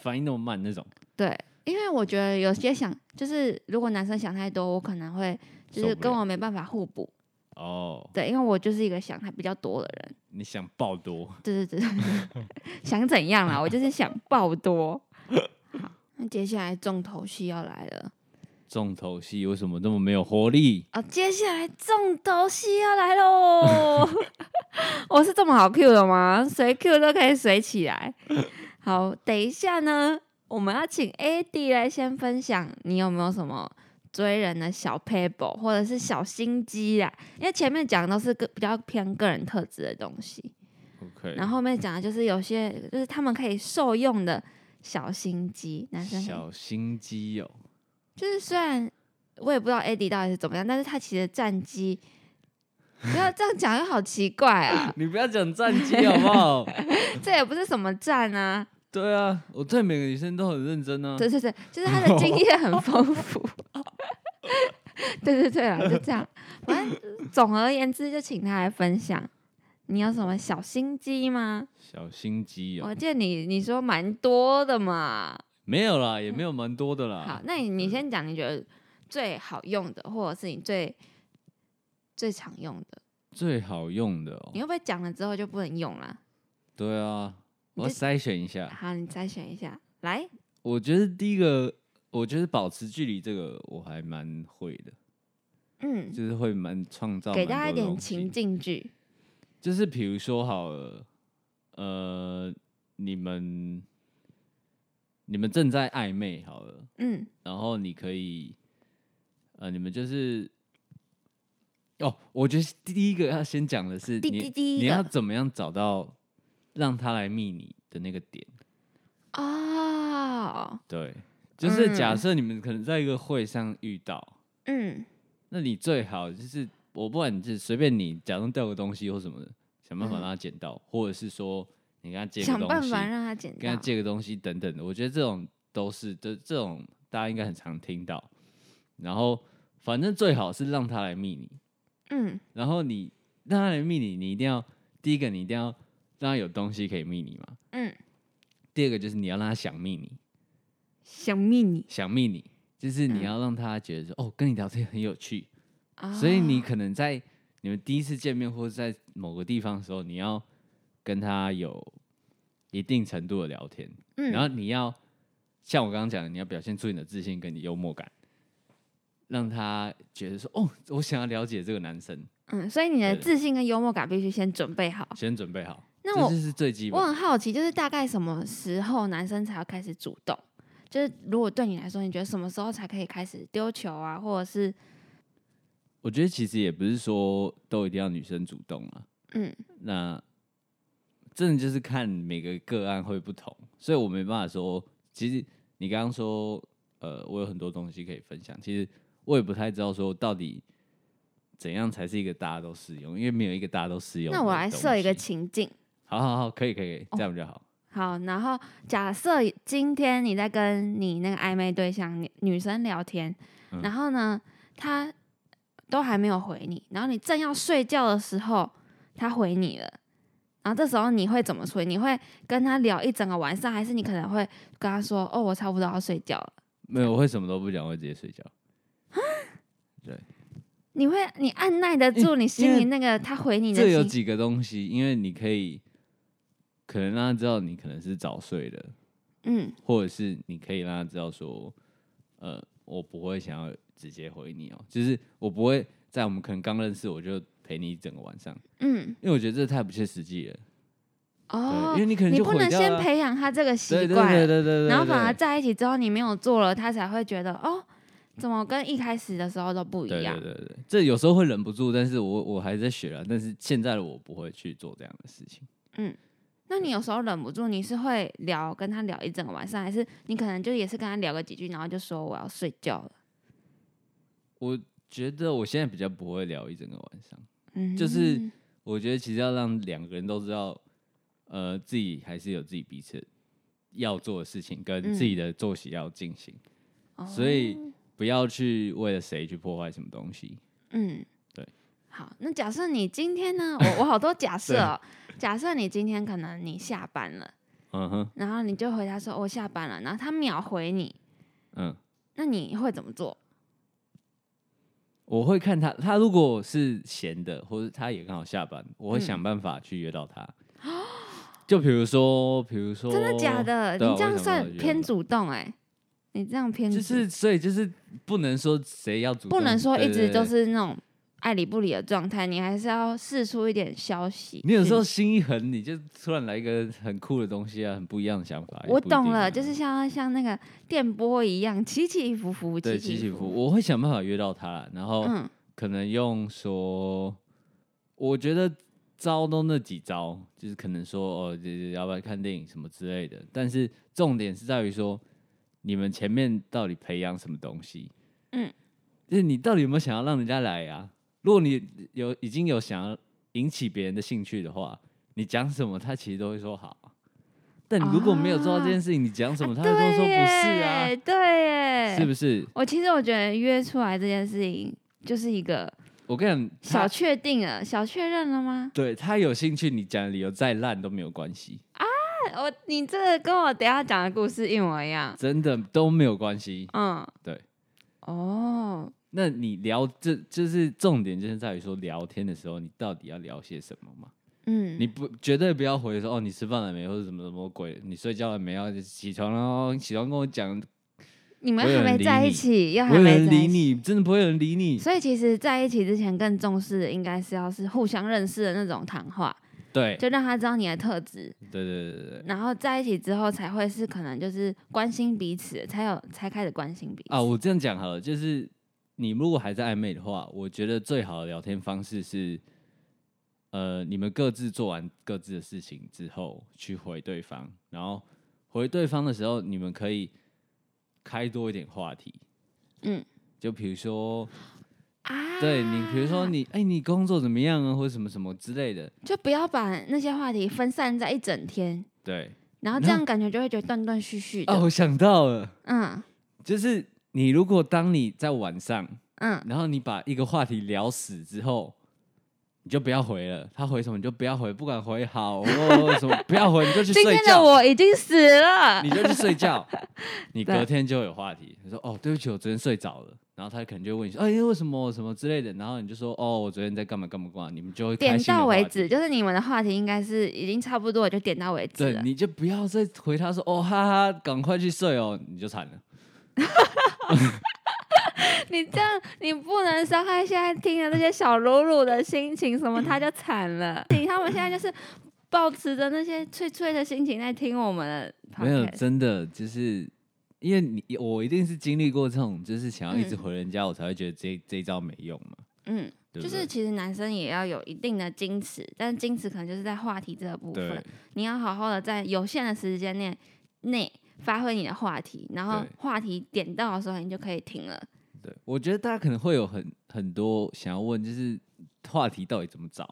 B: 反应那么慢那种？
C: 对，因为我觉得有些想，就是如果男生想太多，我可能会就
B: 受
C: 是
B: 不
C: 跟
B: 了
C: 我没办法互补。
B: 哦，
C: 对，因为我就是一个想太比较多的人。
B: 你想爆多？
C: 对对对对想怎样啦？我就是想爆多。 好，那接下来重头戏要来了。
B: 重头戏为什么这么没有活力？
C: 哦，接下来重头戏要来喽！ 我是这么好 Q 的吗？随 Q 都可以随起来。好，等一下呢，我们要请 AD 来先分享，你有没有什么追人的小 paper 或者是小心机啦？因为前面讲的都是个比较偏个人特质的东西，
B: OK，
C: 然后后面讲的就是有些就是他们可以受用的小心机，男生可以
B: 小心机哦，，
C: 就是虽然我也不知道 AD 到底是怎么样，但是他其实战绩，不要这样讲又好奇怪啊
B: 你不要讲战绩好不 好？
C: 这也不是什么战啊，
B: 对啊，我对每个女生都很认真啊。
C: 对对对，就是他的经验很丰富。 对对对啊，就这样。反正总而言之，就请他来分享，你有什么小心机吗？
B: 小心机哦
C: 我，记得你你说蛮多的嘛。
B: 没有啦，也没有蛮多的啦。
C: 好，那你你先讲，你觉得最好用的，或者是你最最常用的，
B: 最好用的、哦
C: 你，会不会讲了之后就不能用啦？
B: 对啊，
C: 你
B: 我要
C: 就
B: 筛选一下。
C: 好，你再选一下，来，
B: 我觉得第一个，我觉得保持距离这个我还蛮会的，
C: 嗯，
B: 就是会蛮创造
C: 给
B: 蛮
C: 大家一
B: 多的
C: 点
B: 东西
C: 情，境剧，
B: 就是比如说好了，呃，你们你们正在暧昧好了，
C: 嗯，
B: 然后你可以，呃，你们就是。哦，我觉得第一个要先讲的是
C: 第
B: 你
C: 第第一
B: 你
C: 个
B: 要怎么样找到让他来密你的那个点？
C: 哦，
B: 对，就是假
C: 嗯
B: 设你们可能在一个会上遇到，
C: 嗯，
B: 那你最好就是我不管你是随便你，假装掉个东西或什么的，想办法让他捡到，或者是说你跟他借
C: 嗯想
B: 个东
C: 办
B: 西，
C: 法让他捡
B: 跟他
C: 到，
B: 借个东西等等的，我觉得这种都是这这种大家应该很常听到。然后反正最好是让他来密你，
C: 嗯，
B: 然后你让他来密你，你一定要第一个你一定要让他有东西可以密你嘛，
C: 嗯，
B: 第二个就是你要让他想密你，
C: 想密你，
B: 想密你，就是你
C: 嗯
B: 要让他觉得说、哦，跟你聊天很有趣，
C: 啊
B: 所以你可能在你们第一次见面或者在某个地方的时候，你要跟他有一定程度的聊天，然后
C: 嗯，
B: 你要像我刚刚讲的，你要表现出你的自信跟你幽默感，让他觉得说哦，我想要了解这个男生，
C: 嗯，所以你的
B: 对
C: 自信跟幽默感必须先准备好。
B: 先准备好，
C: 那
B: 这
C: 我
B: 就是最基
C: 我
B: 本。
C: 很好奇，就是大概什么时候男生才要开始主动？就是如果对你来说，你觉得什么时候才可以开始丢球啊，或者是
B: 我觉得其实也不是说都一定要女生主动啊，
C: 嗯
B: 那真的就是看每个个案会不同，所以我没办法说。其实你刚刚说，呃，我有很多东西可以分享，其实我也不太知道说到底怎样才是一个大家都适用，因为没有一个大家都适用。
C: 那我来设一个，情哦境。
B: 好好好，可以可以，可以，这样比较好。
C: 好，然后假设今天你在跟你那个暧昧对象女女生聊天，
B: 嗯
C: 然后呢，她都还没有回你，然后你正要睡觉的时候，他回你了，然后这时候你会怎么处理？你会跟他聊一整个晚上，还是你可能会跟他说：“哦，我差不多要睡觉了。
B: 没有，我会什么都不讲，我会直接睡觉。”
C: 你会你按耐得住你心里那个他回你
B: 这有
C: 的心，
B: 几个东西，因为你可以可能让他知道你可能是早睡的，
C: 嗯
B: 或者是你可以让他知道说，呃，我不会想要直接回你哦、就是我不会在我们可能刚认识我就陪你一整个晚上，
C: 嗯
B: 因为我觉得这太不切实际了。对，
C: 哦
B: 因为，你可能
C: 你
B: 就
C: 不
B: 毁
C: 能
B: 掉
C: 先
B: 了啊
C: 培养他这个习惯，
B: 对对对对对对，
C: 然后反而
B: 对
C: 在一起之后，你没有做了，他才会觉得哦，怎么跟一开始的时候都不一样？
B: 对对对对，这有时候会忍不住，但是我我还在学啊，但是现在的我不会去做这样的事情。
C: 那你有时候忍不住，你是会聊跟他聊一整个晚上，还是你可能就也是跟他聊个几句，然后就说我要睡觉了？
B: 我觉得我现在比较不会聊一整个晚上，
C: 嗯，
B: 就是我觉得其实要让两个人都知道，呃，自己还是有自己彼此要做的事情，跟
C: 嗯
B: 自己的作息要进行，
C: 哦
B: 所以不要去为了谁去破坏什么东西。
C: 嗯，
B: 对。
C: 好，那假设你今天呢，我我好多假设、哦， 假设你今天可能你下班了，
B: 嗯哼，
C: 然后你就回他说我下班了，然后他秒回你，
B: 嗯，
C: 那你会怎么做？
B: 我会看他，他如果是闲的，或者他也刚好下班，我会想
C: 嗯
B: 办法去约到 他。就比如说，比如说，
C: 真的假的？
B: 对啊
C: 你这
B: 我
C: 样
B: 想
C: 算
B: 到就
C: 偏主动哎、你这样偏主
B: 就是，所以就是不能说谁要主动，
C: 不能说
B: 嗯对
C: 一直都。
B: 对对
C: 是那种爱理不理的状态，你还是要试出一点消息。
B: 你有时候心一横，你就突然来一个很酷的东西啊，很不一样的想法。
C: 我
B: 也不一定啊
C: 懂了，就是像像那个电波一样起起伏伏，
B: 对
C: 起
B: 起
C: 起
B: 起伏伏，我会想办法约到他，然后
C: 嗯
B: 可能用说，我觉得招都那几招，就是可能说哦，就是要不要看电影什么之类的。但是重点是在于说，你们前面到底培养什么东西？
C: 嗯，
B: 就是你到底有没有想要让人家来啊？如果你有已经有想要引起别人的兴趣的话，你讲什么他其实都会说好。但你如果没有做到这件事情，你讲什么哦他都
C: 对
B: 说不是啊，
C: 耶，啊对耶，
B: 是不是？
C: 我其实我觉得约出来这件事情就是一个
B: 我跟你讲，他
C: 小确定了、小确认了吗？
B: 对他有兴趣，你讲的理由再烂都没有关系，
C: 啊我你这个跟我等一下讲的故事一模一样，
B: 真的都没有关系。
C: 嗯，
B: 对，
C: 哦，
B: 那你聊这就是重点，就是在于说聊天的时候，你到底要聊些什么嘛？
C: 嗯，
B: 你不绝对不要回说哦，你吃饭了没，或者什么什么鬼，你睡觉了没，要起床了哦，起床跟我讲，
C: 你们
B: 不会有
C: 还
B: 人
C: 没
B: 理
C: 在一
B: 你
C: 起，又
B: 不会
C: 还
B: 有
C: 没
B: 人
C: 在
B: 理
C: 一起，
B: 你，真的不会有人理你。
C: 所以其实在一起之前更重视的应该是要是互相认识的那种谈话，
B: 对，对
C: 就让他知道你的特质，
B: 对对对对。
C: 然后在一起之后才会是可能就是关心彼此，才有才开始关心彼此。
B: 啊，我这样讲好了，就是你如果还在暧昧的话，我觉得最好的聊天方式是，呃，你们各自做完各自的事情之后去回对方，然后回对方的时候，你们可以开多一点话题，
C: 嗯，
B: 就比如说，
C: 啊，
B: 对你，比如说你，哎、你工作怎么样啊，或者什么什么之类的，
C: 就不要把那些话题分散在一整天，
B: 对。
C: 然后这
B: 然后
C: 样感觉就会觉得断断续续的。
B: 嗯哦，我想到了，
C: 嗯
B: 就是你如果当你在晚上
C: 嗯，
B: 然后你把一个话题聊死之后，你就不要回了。他回什么你就不要回，不管回好或什么，不要回你就去
C: 今
B: 睡
C: 天的
B: 觉，
C: 我已经死了
B: 你。就去睡 觉。你
C: 对
B: 隔天就有话题。你说哦，对不起，我昨天睡着了。然后他可能就会问你说，哎、为什么什么之类的。然后你就说，哦，我昨天在干嘛干嘛干嘛。你们就会开
C: 点
B: 新的话
C: 到为
B: 题
C: 止，。就是你们的话题应该是已经差不多了，就点到为止
B: 对，
C: 了。
B: 你就不要再回他说，哦哈哈，赶快去睡哦，你就惨了。
C: 你这样，你不能伤害现在听的这些小鲁鲁的心情，什么他就惨了。你他们现在就是保持着那些脆脆的心情在听我们的 p
B: 没有，
C: o d
B: 真的就是因为你我一定是经历过这种，就是想要一直
C: 嗯
B: 回人家，我才会觉得这这一招没用嘛。
C: 嗯，
B: 对
C: 就
B: 不
C: 是其实男生也要有一定的矜持，但矜持可能就是在话题这个部
B: 对
C: 分，你要好好的在有限的时间内内发挥你的话题，然后
B: 对
C: 话题点到的时候你就可以停了。
B: 对，我觉得大家可能会有很很多想要问，就是话题到底怎么找？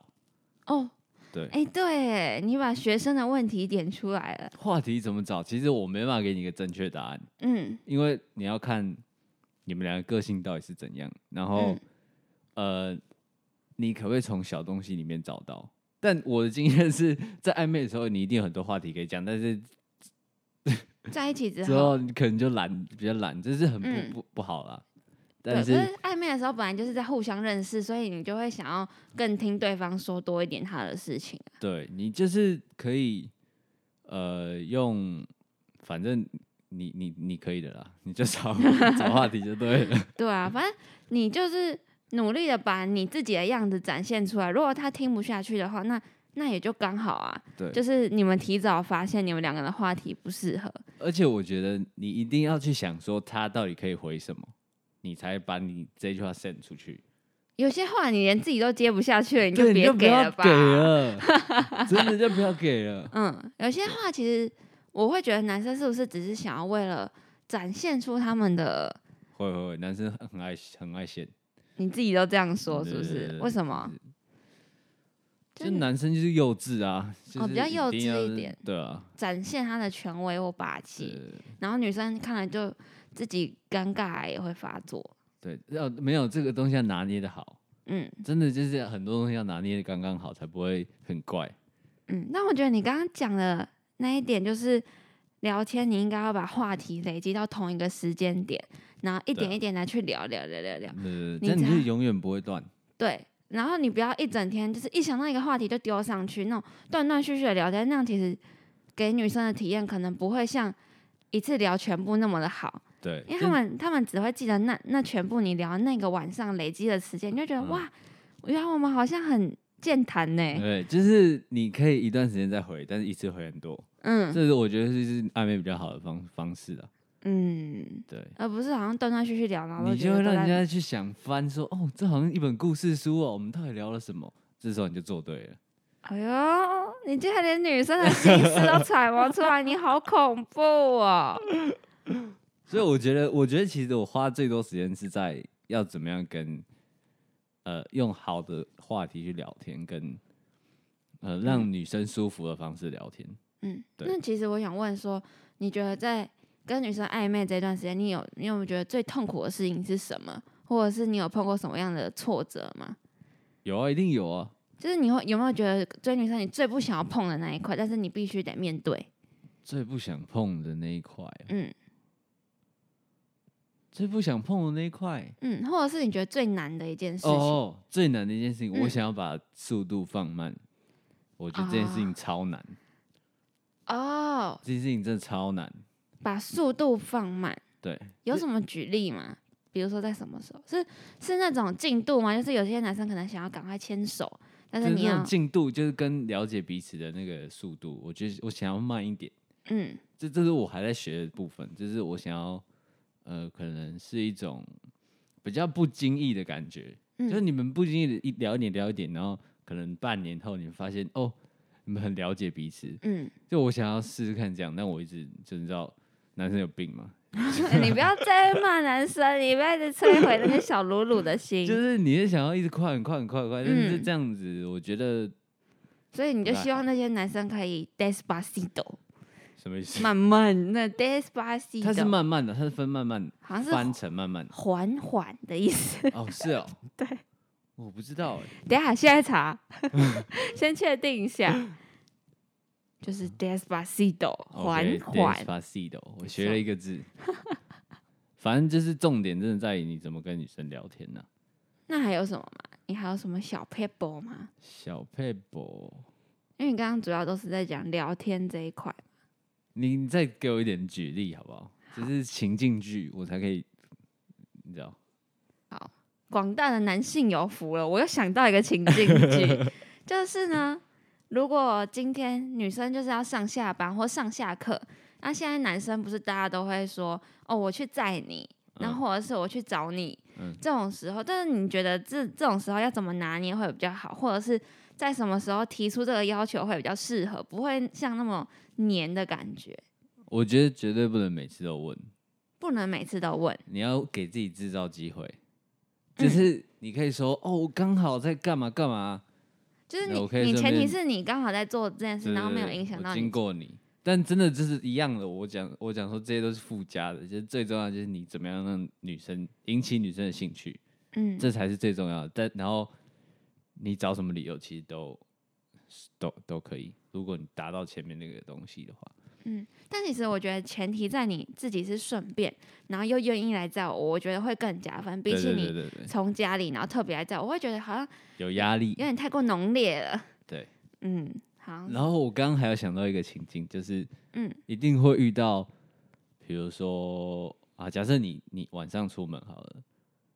C: 哦，
B: 对，
C: 哎、对，你把学生的问题点出来了。
B: 话题怎么找？其实我没办法给你一个正确答案，
C: 嗯
B: 哦因为你要看你们两个个性到底是怎样，然后、
C: 嗯
B: 呃，你可不可以从小东西里面找到？但我的经验是在暧昧的时候，你一定有很多话题可以讲，但是
C: 在一起之
B: 之
C: 后
B: 后，你可能就懒，比较懒，这是很不、
C: 嗯
B: 不不好啦。
C: 对，
B: 但
C: 可
B: 是
C: 是暧昧的时候本来就是在互相认识，所以你就会想要更听对方说多一点他的事情。
B: 对你就是可以，呃，用反正你你你可以的啦，你就找 找话题就对了。
C: 对啊，反正你就是努力的把你自己的样子展现出来。如果他听不下去的话，那那也就刚好啊，
B: 对，
C: 就是你们提早发现你们两个的话题不适合。
B: 而且我觉得你一定要去想说他到底可以回什么，你才把你这句话 send 出去。
C: 有些话你连自己都接不下去了，你
B: 对，你
C: 别
B: 就不
C: 给
B: 要
C: 了吧。
B: 给了，真的就不要给了。
C: 嗯，有些话其实我会觉得男生是不是只是想要为了展现出他们的，
B: 会会会，男生很很爱很爱显，
C: 你自己都这样说是不
B: 对对
C: 是
B: 对？
C: 为什么？？
B: 就
C: 就是
B: 是男生就是幼稚啊，就
C: 哦比较
B: 是
C: 幼
B: 定要
C: 稚一
B: 是
C: 点，
B: 对啊，
C: 展现他的权威或霸气，
B: 对
C: 然后女生看了就自己尴尬癌也会发作。
B: 对，要没有这个东西要拿捏的好，
C: 嗯
B: 真的就是很多东西要拿捏的刚刚好，才不会很怪。
C: 嗯，那我觉得你刚刚讲的那一点就是。聊天，你应该要把话题累积到同一个时间点，然后一
B: 对
C: 点
B: 啊
C: 一点来去聊聊聊聊聊。
B: 对对
C: 啊
B: 对，
C: 你
B: 这样你
C: 才
B: 就永远不会断。
C: 对，然后你不要一整天就是一想到一个话题就丢上去，那种断断续续的聊天，那样其实给女生的体验可能不会像一次聊全部那么的好，
B: 对，
C: 因为
B: 就
C: 他们他们只会记得那那全部你聊那个晚上累积的时间，你就觉得、
B: 嗯
C: 哇，原来我们好像很健谈呢、
B: 对，就是你可以一段时间再回，但是一次回很多，
C: 嗯
B: 这是我觉得是暧昧比较好的方方式啊。
C: 嗯，
B: 对，
C: 而不是好像断断续续聊，然后都
B: 你
C: 觉
B: 就
C: 得
B: 会
C: 都
B: 让人家
C: 在
B: 去想翻说，哦，这好像一本故事书哦，我们到底聊了什么？这时候你就做对了。
C: 哎呦，你竟然连女生的心思都揣摩出来，你好恐怖哦！
B: 所以我觉得，我觉得其实我花最多时间是在要怎么样跟，呃，用好的话题去聊天，跟呃让女生舒服的方式聊天。
C: 嗯，
B: 对
C: 那其实我想问说，你觉得在跟女生暧昧这段时间，你有你有没有觉得最痛苦的事情是什么？或者是你有碰过什么样的挫折吗？
B: 有啊，一定有啊。
C: 就是你会有没有觉得追女生你最不想要碰的那一块，但是你必须得面对？
B: 最不想碰的那一块，
C: 嗯
B: 最不想碰的那一块。
C: 嗯，或者是你觉得最难的一件事情？
B: 哦，最难的一件事情，
C: 嗯
B: 我想要把速度放慢。我觉得这件事情
C: 啊
B: 超难，
C: 哦
B: 这件事情真的超难。
C: 把速度放慢，
B: 对，
C: 有什么举例吗？比如说在什么时候？是是那种进度吗？就是有些男生可能想要赶快牵手，但
B: 就是是
C: 你
B: 那种
C: 要
B: 进度，就是跟了解彼此的那个速度，我觉得我想要慢一点。
C: 嗯
B: 这这是我还在学的部分，就是我想要，呃，可能是一种比较不经意的感觉，就是
C: 嗯
B: 你们不经意的一聊一点聊一点，然后可能半年后你们发现哦，你们很了解彼此。
C: 嗯，
B: 就我想要试试看这样，但我一直就你知道男生有病嘛，
C: 你不要再骂男生，你不要再摧毁那些小鲁鲁的 心。
B: 就是你是想要一直快很快很快很快，但是
C: 嗯
B: 这样子我觉得
C: 所以你就希望那些男生可以 despacito，
B: 什么意思？
C: 慢慢那
B: 它是
C: despacito，
B: 慢慢的，它是分慢慢
C: 好像
B: 翻
C: 是
B: 成慢慢的。
C: 缓缓的意思。
B: 哦，是哦，
C: 对，
B: 我不知道哎、
C: 等一下现在查，
B: 嗯
C: 先确定一下，就是 despacito，缓
B: 嗯 OK，
C: 缓。
B: Despacito，我学了一个字。 反正就是重点，真的在于你怎么跟女生聊天呢、
C: 那还有什么吗？你还有什么小 pebble 吗？
B: 小佩博，
C: 因为你刚刚主要都是在讲聊天这一块。
B: 你你再给我一点举例好不好？就是情境剧，我才可以，你知道？
C: 广大的男性有福了，我又想到一个情境 剧，就是呢，如果今天女生就是要上下班或上下课，那现在男生不是大家都会说哦，我去载你，那
B: 嗯
C: 或者是我去找你，
B: 嗯
C: 这种时候，但是你觉得这这种时候要怎么拿捏会比较好，或者是在什么时候提出这个要求会比较适合，不会像那么黏的感觉，
B: 我觉得绝对不能每次都问，
C: 不能每次都问，
B: 你要给自己制造机会。就是你可以说哦，我刚好在干嘛干嘛，
C: 就是
B: 那
C: 你
B: 我可以
C: 你
B: 顺
C: 前提
B: 便
C: 是你刚好在做这件事，然后没有
B: 对对对
C: 影响
B: 我
C: 到
B: 经
C: 你
B: 过你。但真的就是一样的，我讲我讲说这些都是附加的，就是最重要的就是你怎么样让女生引起女生的兴趣，
C: 嗯，
B: 这才是最重要的。但然后你找什么理由，其实都都都可以。如果你达到前面那个东西的话，
C: 但其实我觉得前提在你自己是顺便，然后又愿意来找我，我觉得会更加分。比
B: 对
C: 起
B: 对对
C: 你
B: 对对，
C: 从家里然后特别来找我，我会觉得好像
B: 有压力
C: 有。点太过浓烈了。
B: 对，
C: 嗯，好，
B: 然后我刚刚还有想到一个情境，就是
C: 嗯
B: 一定会遇到，比如说啊，假设你你晚上出门好了，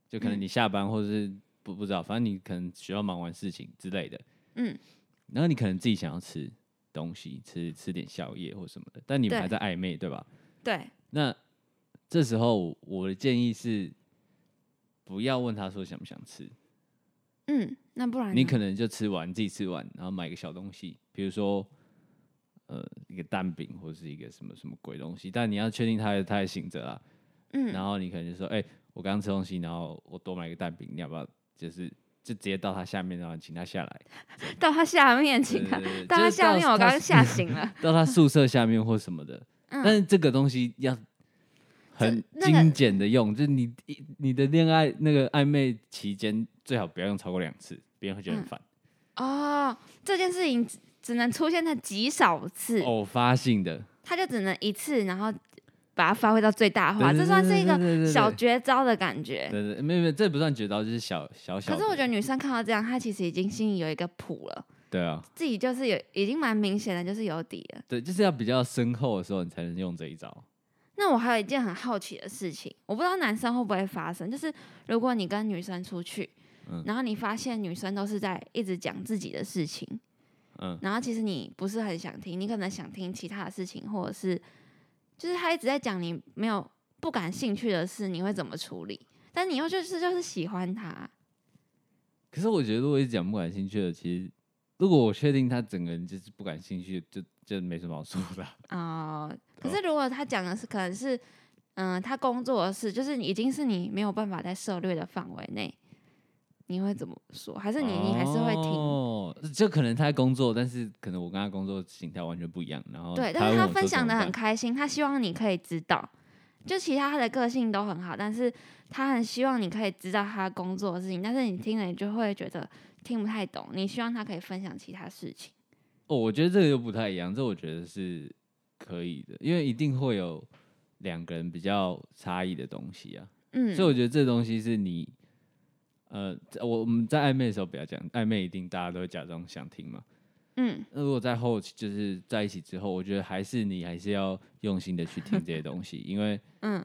B: 就可能
C: 嗯
B: 你下班或者是不不知道，反正你可能学校忙完事情之类的，
C: 嗯，
B: 然后你可能自己想要吃东西，吃吃点宵夜或什么的，但你们
C: 对
B: 还在暧昧，对吧？
C: 对，
B: 那这时候我的建议是，不要问他说想不想吃，
C: 嗯，那不然呢
B: 你可能就吃完自己吃完，然后买个小东西，比如说呃一个蛋饼或是一个什么什么鬼东西，但你要确定他的他的醒着啦。
C: 嗯，
B: 然后你可能就说，哎、我刚刚吃东西，然后我多买一个蛋饼，你要不要？就是就直接到他下面，然后请他下来。
C: 到他下面，请他
B: 对，对对
C: 到
B: 就
C: 他
B: 是
C: 下面，我刚刚
B: 他
C: 吓醒了。
B: 到他宿舍下面或什么的。但
C: 嗯，
B: 是这个东西要很
C: 那个
B: 精简的用，就是你一你的恋爱那个暧昧期间，最好不要用超过两次，别人会觉得很
C: 嗯
B: 烦。
C: 哦，这件事情只只能出现在极少次，
B: 偶发性的，
C: 他就只能一次，然后把它发挥到最大化，
B: 对
C: 这
B: 对
C: 算
B: 对
C: 是一
B: 对对
C: 个
B: 对
C: 小
B: 对
C: 绝招的感觉。
B: 对对，没有没有，这不算绝招，就是小小小
C: 可
B: 的。
C: 是我觉得女生看到这样，她其实已经心里有一个谱了，
B: 对啊，
C: 自己就是有已经蛮明显的，就是有底了。
B: 对，就是要比较深厚的时候，你才能用这一招。
C: 那我还有一件很好奇的事情，我不知道男生会不会发生，就是如果你跟女生出去，
B: 嗯
C: 然后你发现女生都是在一直讲自己的事情，
B: 嗯，
C: 然后其实你不是很想听，你可能想听其他的事情，或者是就是她一直在讲你没有不感兴趣的事，你会怎么处理？但你又就是就是喜欢她，
B: 可是我觉得如果一直讲不感兴趣的，其实如果我确定他整个人就是不感兴趣，就就没什么好说的啊、
C: 哦，可
B: 对
C: 是如果他讲的是可能是，嗯，他工作的事，就是已经是你没有办法在涉略的范围内，你会怎么说？还是你、你还是会听？
B: 哦，就可能他在工作，但是可能我跟他工作形态完全不一样。然后
C: 对，
B: 会
C: 但是
B: 哦问
C: 他
B: 我说
C: 分享
B: 怎
C: 的
B: 么
C: 很
B: 办
C: 开心，他希望你可以知道，就其他他的个性都很好，但是他很希望你可以知道他工作的事情，但是你听了你就会觉得听不太懂，你希望他可以分享其他事情。
B: 哦，我觉得这个又不太一样，这我觉得是可以的，因为一定会有两个人比较差异的东西啊，
C: 嗯，
B: 所以我觉得这东西是你，呃，在我我们在暧昧的时候不要讲，暧昧一定大家都会假装想听嘛。
C: 嗯，
B: 那如果在后期就是在一起之后，我觉得还是你还是要用心的去听这些东西，因为
C: 嗯，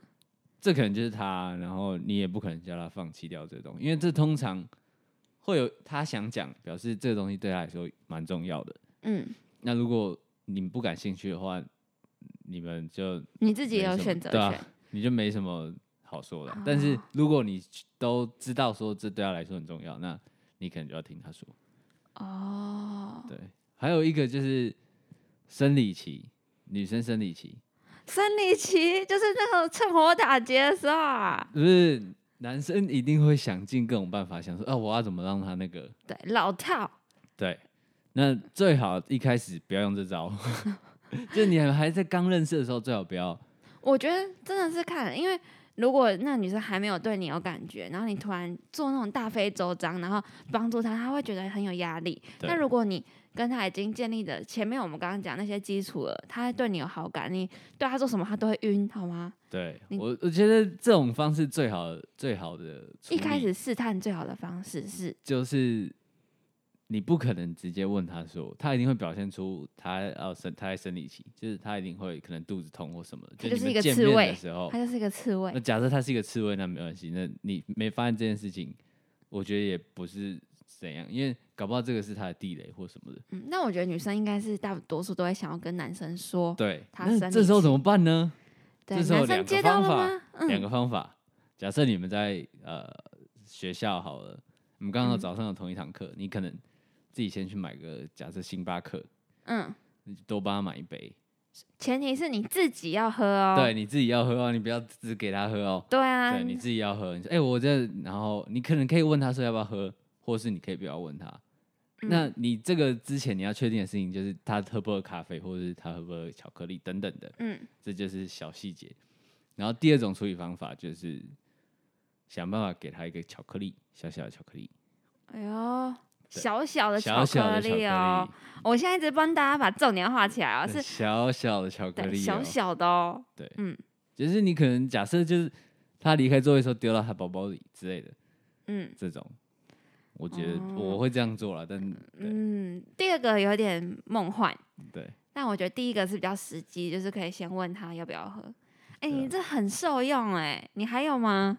B: 这可能就是他，然后你也不可能叫他放弃掉这个东西，因为这通常会有他想讲，表示这个东西对他来说蛮重要的。
C: 嗯，
B: 那如果你们不感兴趣的话，你们就
C: 你自
B: 自
C: 己也有选择
B: 对
C: 权。
B: 啊，你就没什么好说的。但是如果你都知道说这对他来说很重要，那你可能就要听他说。
C: 哦，
B: 对，还有一个就是生理期，女生生理期，
C: 生理期就是那种趁火打劫的时候啊，
B: 就是男生一定会想尽各种办法，想说啊，我要怎么让他那个
C: 对，老套，
B: 对。那最好一开始不要用这招， 就你还在刚认识的时候，最好不要
C: 我觉得真的是看，因为如果那女生还没有对你有感觉，然后你突然做那种大费周章，然后帮助她，她会觉得很有压力。
B: 对
C: 那如果你跟她已经建立的前面我们刚刚讲那些基础了，她对你有好感，你对她做什么她都会晕，好吗？
B: 对
C: 你
B: 我，我觉得这种方式最好最好的处
C: 一开
B: 理
C: 始试探最好的方式是，
B: 就是你不可能直接问他说，他一定会表现出他要生他在生理期，就是他一定会可能肚子痛或什么的。
C: 他
B: 就
C: 就是是
B: 你
C: 一
B: 们
C: 个
B: 见
C: 刺
B: 面
C: 猬
B: 的时候
C: 她，就是一个刺猬
B: 哦那，假设他是一个刺猬，那没关系。那你没发现这件事情，我觉得也不是怎样，因为搞不好这个是他的地雷或什么的。
C: 嗯，那我觉得女生应该是大多数都会想要跟男生说，
B: 对，
C: 他
B: 那
C: 生
B: 这
C: 理
B: 时候
C: 期嗯
B: 怎么办呢？
C: 对，
B: 这时候
C: 男
B: 有两
C: 生
B: 个
C: 接到了
B: 方法
C: 吗？
B: 两
C: 嗯，
B: 个方法。假设你们在呃学校好了，我们刚好
C: 嗯
B: 早上有同一堂课，你可能自己先去买个假设星巴克，
C: 嗯，
B: 你多帮他买一杯，
C: 前提是你自己要喝哦。
B: 对，你自己要喝哦，你不要只给他喝哦，
C: 对啊，
B: 对，你自己要喝。你说哎、我这，然后你可能可以问他说要不要喝，或是你可以不要问他。
C: 嗯
B: 那你这个之前你要确定的事情就是他喝不喝咖啡，或者是他喝不喝巧克力等等的。
C: 嗯
B: 这就是小细节。然后第二种处理方法就是想办法给他一个巧克力，小小的巧克力，
C: 哎呦，小小的
B: 小
C: 巧
B: 小
C: 克
B: 的巧
C: 力
B: 克
C: 哦
B: 力，，
C: 我现在一直帮大家把重点画起来哦，
B: 对
C: 是
B: 小小的巧克
C: 对
B: 力、哦，
C: 小小的哦，
B: 对，
C: 嗯
B: 就是你可能假设就是他离开座位的时候丢到他包包里之类的
C: 嗯
B: 这种，我觉得
C: 哦
B: 我会这样做了，但对
C: 嗯，第二个有点梦幻，
B: 对，
C: 但我觉得第一个是比较实际，就是可以先问他要不要喝。哎、
B: 对啊
C: 你这很受用哎、你还有吗？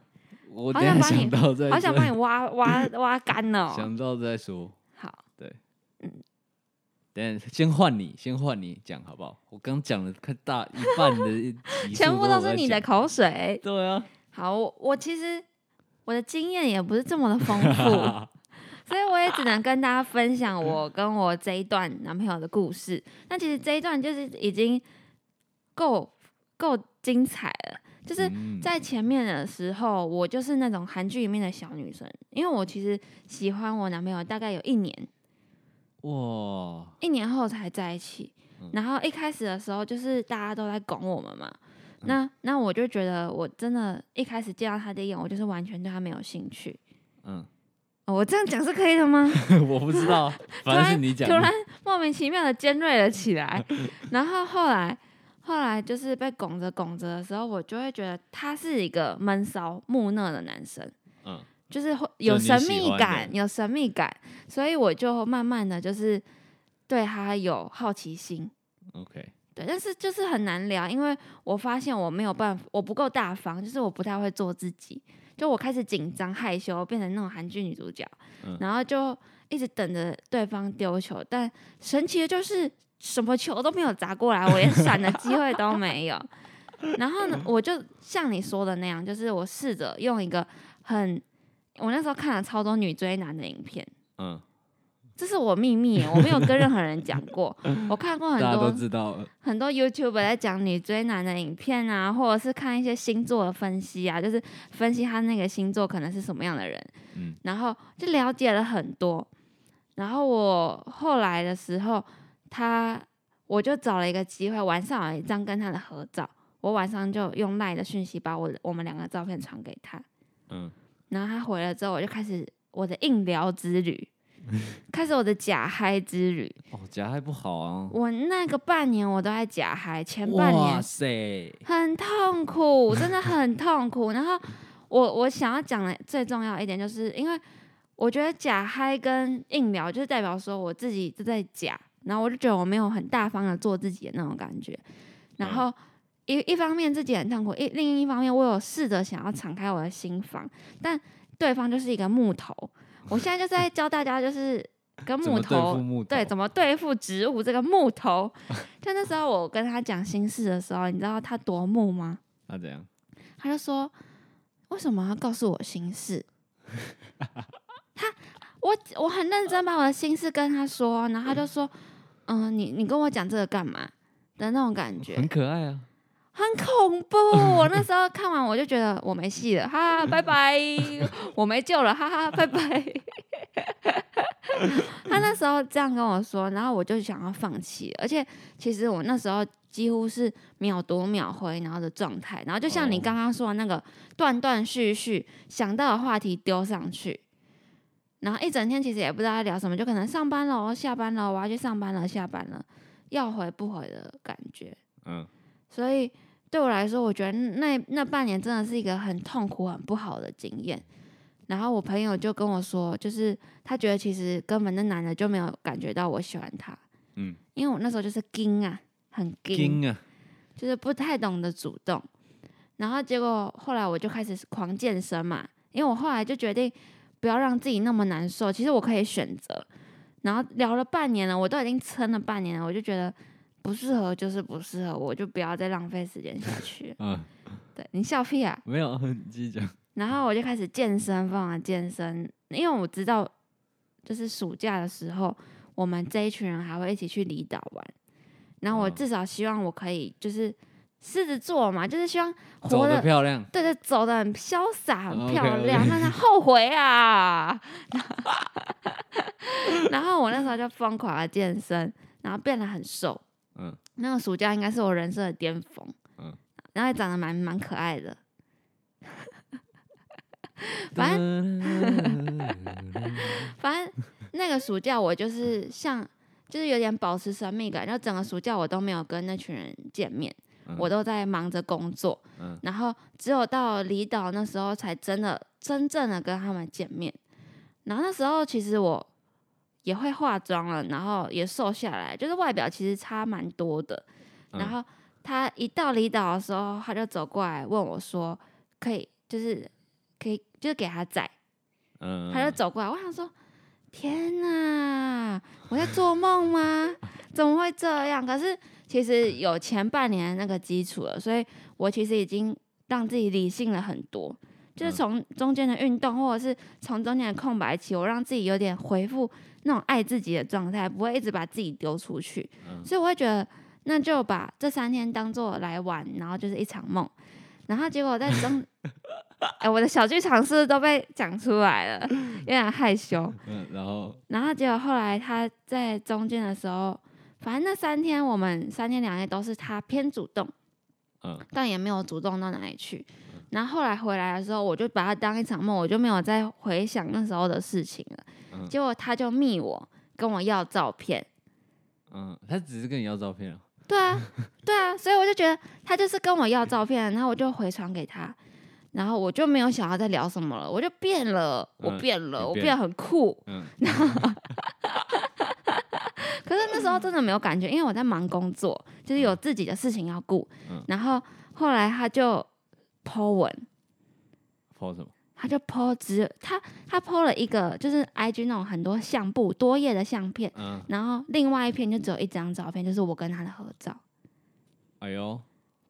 B: 我
C: 好
B: 等一下
C: 想帮
B: 想
C: 你
B: 到再
C: 好想 帮
B: 再
C: 你挖挖挖干哦。
B: 想到再说，
C: 好，嗯
B: 等一下先换你，先换你讲好不好？我刚讲了快大一半的集数
C: 全部都
B: 我在
C: 是你的
B: 讲，
C: 口水。
B: 对啊，
C: 好，我我其实我的经验也不是这么的丰 富，所以我也只能跟大家分享我跟我这一段男朋友的故事。那其实这一段就是已经够够精彩了，就是
B: 嗯
C: 在前面的时候，我就是那种韩剧里面的小女生，因为我其实喜欢我男朋友大概有一年，
B: 哇，
C: 一年后才在一起
B: 嗯。
C: 然后一开始的时候，就是大家都在拱我们嘛，
B: 嗯
C: 那那我就觉得我真的一开始见到他第一眼，我就是完全对他没有兴趣。
B: 嗯，
C: 哦、我这样讲是可以的吗？
B: 我不知 道，
C: 突
B: 反正是
C: 然
B: 你讲
C: 突
B: 的，
C: 然莫名其妙的尖锐了 起来，然后后来后来就是被拱着拱着的时候，我就会觉得他是一个闷骚木讷的男生。
B: 嗯
C: 就是会
B: 就
C: 有
B: 你
C: 神
B: 喜
C: 秘
B: 欢
C: 感，
B: 的
C: 有神秘感，所以我就慢慢的就是对他有好奇心，
B: ，OK，
C: 对，但是就是很难聊，因为我发现我没有办法，我不够大方，就是我不太会做自己，就我开始紧张害羞，变成那种韩剧女主角，
B: 嗯
C: 然后就一直等着对方丢球，但神奇的就是什么球都没有砸过来，我连闪的机会都没有。然后呢，我就像你说的那样，就是我试着用一个很，我那时候看了超多女追男的影片，
B: 嗯，
C: 这是我秘密耶，我没有跟任何人讲过，我看过
B: 大
C: 很
B: 家
C: 多
B: 都知道了，
C: 很多 YouTube 在讲女追男的影片啊，或者是看一些星座的分析啊，就是分析他那个星座可能是什么样的人，
B: 嗯
C: 然后就了解了很多。然后我后来的时候，他我就找了一个机会，晚上有一张跟他的合照，我晚上就用赖的讯息把我我们两个照片传给他，
B: 嗯，
C: 然后他回了之后，我就开始我的硬聊之 旅，开始我的假嗨之旅。
B: 哦，夹还不好啊，
C: 我那个半年我都在假嗨，前半年
B: 哇塞，
C: 很痛苦，真的很痛苦。然后我我想要讲的最重要一点，就是因为我觉得假嗨跟硬聊，就是代表说我自己就在假，然后我就觉得我没有很大方的做自己的那种感觉。
B: 嗯
C: 然后一一方面自己很痛苦，一另一方面我有试着想要敞开我的心房，但对方就是一个木头。我现在就是在教大家，就是跟
B: 怎
C: 木
B: 么对
C: 头
B: 付木头？
C: 对，怎么对付植物这个木头？ 就那时候我跟他讲心事的时候，你知道他多木吗？
B: 那啊怎样？
C: 他就说：“为什么要告诉我心事？”他我我很认真把我的心事跟他说，然后他就说：“嗯、你你跟我讲这个干嘛？”的那种感觉
B: 很可爱啊，
C: 很恐怖。我那时候看完我就觉得我没戏了，哈哈，拜拜，我没救了，哈哈，拜拜。 他那时候这样跟我说，然后我就想要放弃，而且其实我那时候几乎是秒读秒回，然后的状态，然后就像你
B: 哦
C: 刚刚说的那个断断续续想到的话题丢上去，然后一整天其实也不知道在聊什么，就可能上班了，下班了，我要去上班了，下班了，要回不回的感觉。
B: 嗯，
C: 所以对我来说，我觉得那那半年真的是一个很痛苦、很不好的经验。然后我朋友就跟我说，就是他觉得其实根本那男的就没有感觉到我喜欢他，
B: 嗯，
C: 因为我那时候就是惊啊，很惊，
B: 金啊，
C: 就是不太懂得主动。然后结果后来我就开始狂健身嘛，因为我后来就决定不要让自己那么难受，其实我可以选择。然后聊了半年了，我都已经撑了半年了，我就觉得不适合就是不适合，我就不要再浪费时间下去了。
B: 嗯，
C: 对你笑屁啊！
B: 没有，你继续讲，
C: 然后我就开始健身，疯狂地健身，因为我知道，就是暑假的时候，我们这一群人还会一起去离岛玩。然后我
B: 哦
C: 至少希望我可以就是狮子座嘛，就是希望
B: 走
C: 活
B: 的
C: 得
B: 漂亮，
C: 对对，走的很潇洒，很
B: 哦
C: 漂
B: OK，OK
C: 亮，让他后悔啊。 然后我那时候就疯狂的健身，然后变得很瘦。
B: 嗯，
C: 那个暑假应该是我人生的巅峰。
B: 嗯
C: 然后也长得蛮蛮可爱的。反正
B: 嗯
C: 反正那个暑假我就是像，就是有点保持神秘感，然后整个暑假我都没有跟那群人见面，
B: 嗯
C: 我都在忙着工作，
B: 嗯
C: 然后只有到离岛那时候才真的真正的跟他们见面。然后那时候其实我也会化妆了，然后也瘦下来，就是外表其实差蛮多的。
B: 嗯
C: 然后他一到离岛的时候，他就走过来问我说：“可以，就是可以，就是给他载。”
B: 嗯，
C: 他就走过来，我想说，天哪，我在做梦吗？ 怎么会这样？可是其实有前半年的那个基础了，所以我其实已经让自己理性了很多。就
B: 嗯
C: 是从中间的运动，或者是从中间的空白期，我让自己有点恢复那种爱自己的状态，不会一直把自己丢出去。
B: 嗯
C: 所以我会觉得，那就把这三天当做来玩，然后就是一场梦。然后结果在中，哎、我的小剧场是不是都被讲出来了，有点害羞。
B: 嗯，然后
C: 然后结果后来他在中间的时候，反正那三天我们三天两夜都是他偏主动，
B: 嗯
C: 但也没有主动到哪里去。然后后来回来的时候，我就把它当一场梦，我就没有再回想那时候的事情了。
B: 嗯
C: 结果他就密我，跟我要照片。
B: 嗯，他只是跟你要照片啊，
C: 对啊，对啊，所以我就觉得他就是跟我要照片，然后我就回传给他，然后我就没有想要再聊什么了，我就变了，我
B: 嗯
C: 变了，
B: 你
C: 我
B: 变
C: 变得很酷。
B: 嗯
C: 可是那时候真的没有感觉，因为我在忙工作，就是有自己的事情要顾。
B: 嗯
C: 然后后来他就 po 文，
B: ，po 什么？
C: 他就 po 只他他 po 了一个就是 IG 那种很多相簿多页的相片，
B: 嗯，
C: 然后另外一篇就只有一张照片，就是我跟他的合照。
B: 哎呦，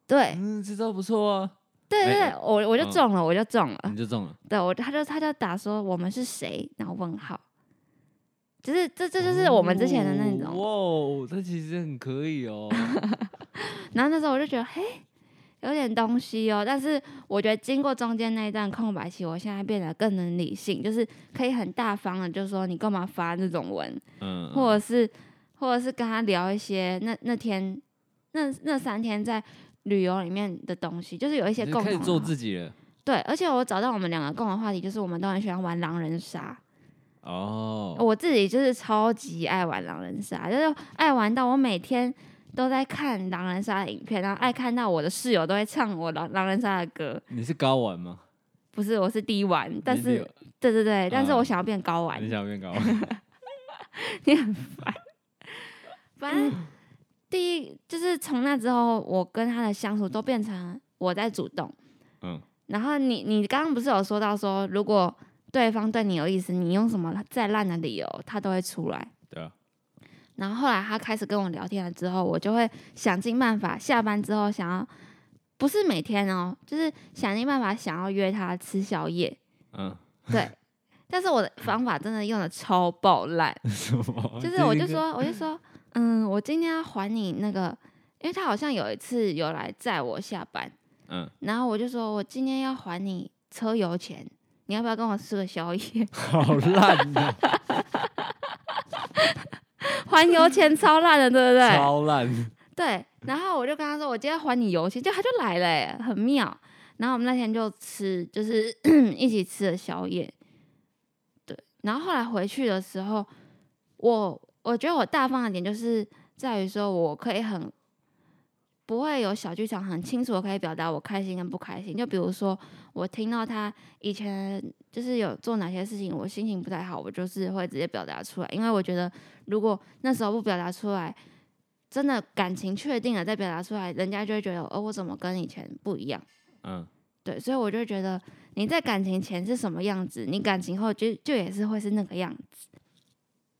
C: 对
B: 嗯，这招不错啊，
C: 对对，
B: 哎
C: 对我我就
B: 嗯
C: 中了，我就中了。
B: 你就中了，
C: 对我，他就他就打说我们是谁，然后问号，就是这这就是我们之前的那种。
B: 哦哇，这其实很可以 哦，
C: 然后那时候我就觉得，嘿，有点东西哦。但是我觉得经过中间那一段空白期，我现在变得更能理性，就是可以很大方的，就说你干嘛发这种文，
B: 嗯，
C: 或者是或者是跟他聊一些那那天那那三天在旅游里面的东西，就是有一些
B: 你
C: 共
B: 就开始
C: 同的
B: 做
C: 话
B: 自己了，
C: 对，而且我找到我们两个共同话题，就是我们都很喜欢玩狼人杀。
B: 哦，
C: 我自己就是超级爱玩狼人杀，就是爱玩到我每天都在看狼人杀的影片，然后爱看到我的室友都会唱我狼狼人杀的歌。
B: 你是高玩吗？
C: 不是，我是低玩，但
B: 你
C: 是对对对，但是
B: 嗯
C: 我想要变高玩
B: 你，想变高 玩？
C: 你很烦。反正第一就是从那之后，我跟他的相处都变成我在主动。
B: 嗯
C: 然后你你刚刚不是有说到说，如果对方对你有意思，你用什么再烂的理由，他都会出来。
B: 对啊，
C: 然后后来他开始跟我聊天了之后，我就会想尽办法，下班之后想要，不是每天哦，就是想尽办法想要约他吃宵夜。
B: 嗯，
C: 但是我的方法真的用的超爆烂，
B: 什么？
C: 就是我就，说我就说，嗯，我今天要还你那个，因为他好像有一次有来载我下班，
B: 嗯，
C: 然后我就说我今天要还你车油钱，你要不要跟我吃个宵夜？
B: 好烂啊，
C: 还油钱超烂的， 对不对？
B: 超烂，
C: 对，然后我就跟他说，我今天还你油钱，就他就来了、欸，很妙。然后我们那天就吃，就是 一起吃了宵夜。对，然后后来回去的时候，我我觉得我大方的点就是在于说，我可以很不会有小剧场，很清楚的可以表达我开心跟不开心。就比如说，我听到他以前就是有做哪些事情，我心情不太好，我就是会直接表达出来，因为我觉得如果那时候不表达出来，真的感情确定了再表达出来，人家就会觉得，哦，我怎么跟以前不一样？
B: 嗯，
C: 对，所以我就觉得你在感情前是什么样子，你感情后就就也是会是那个样子。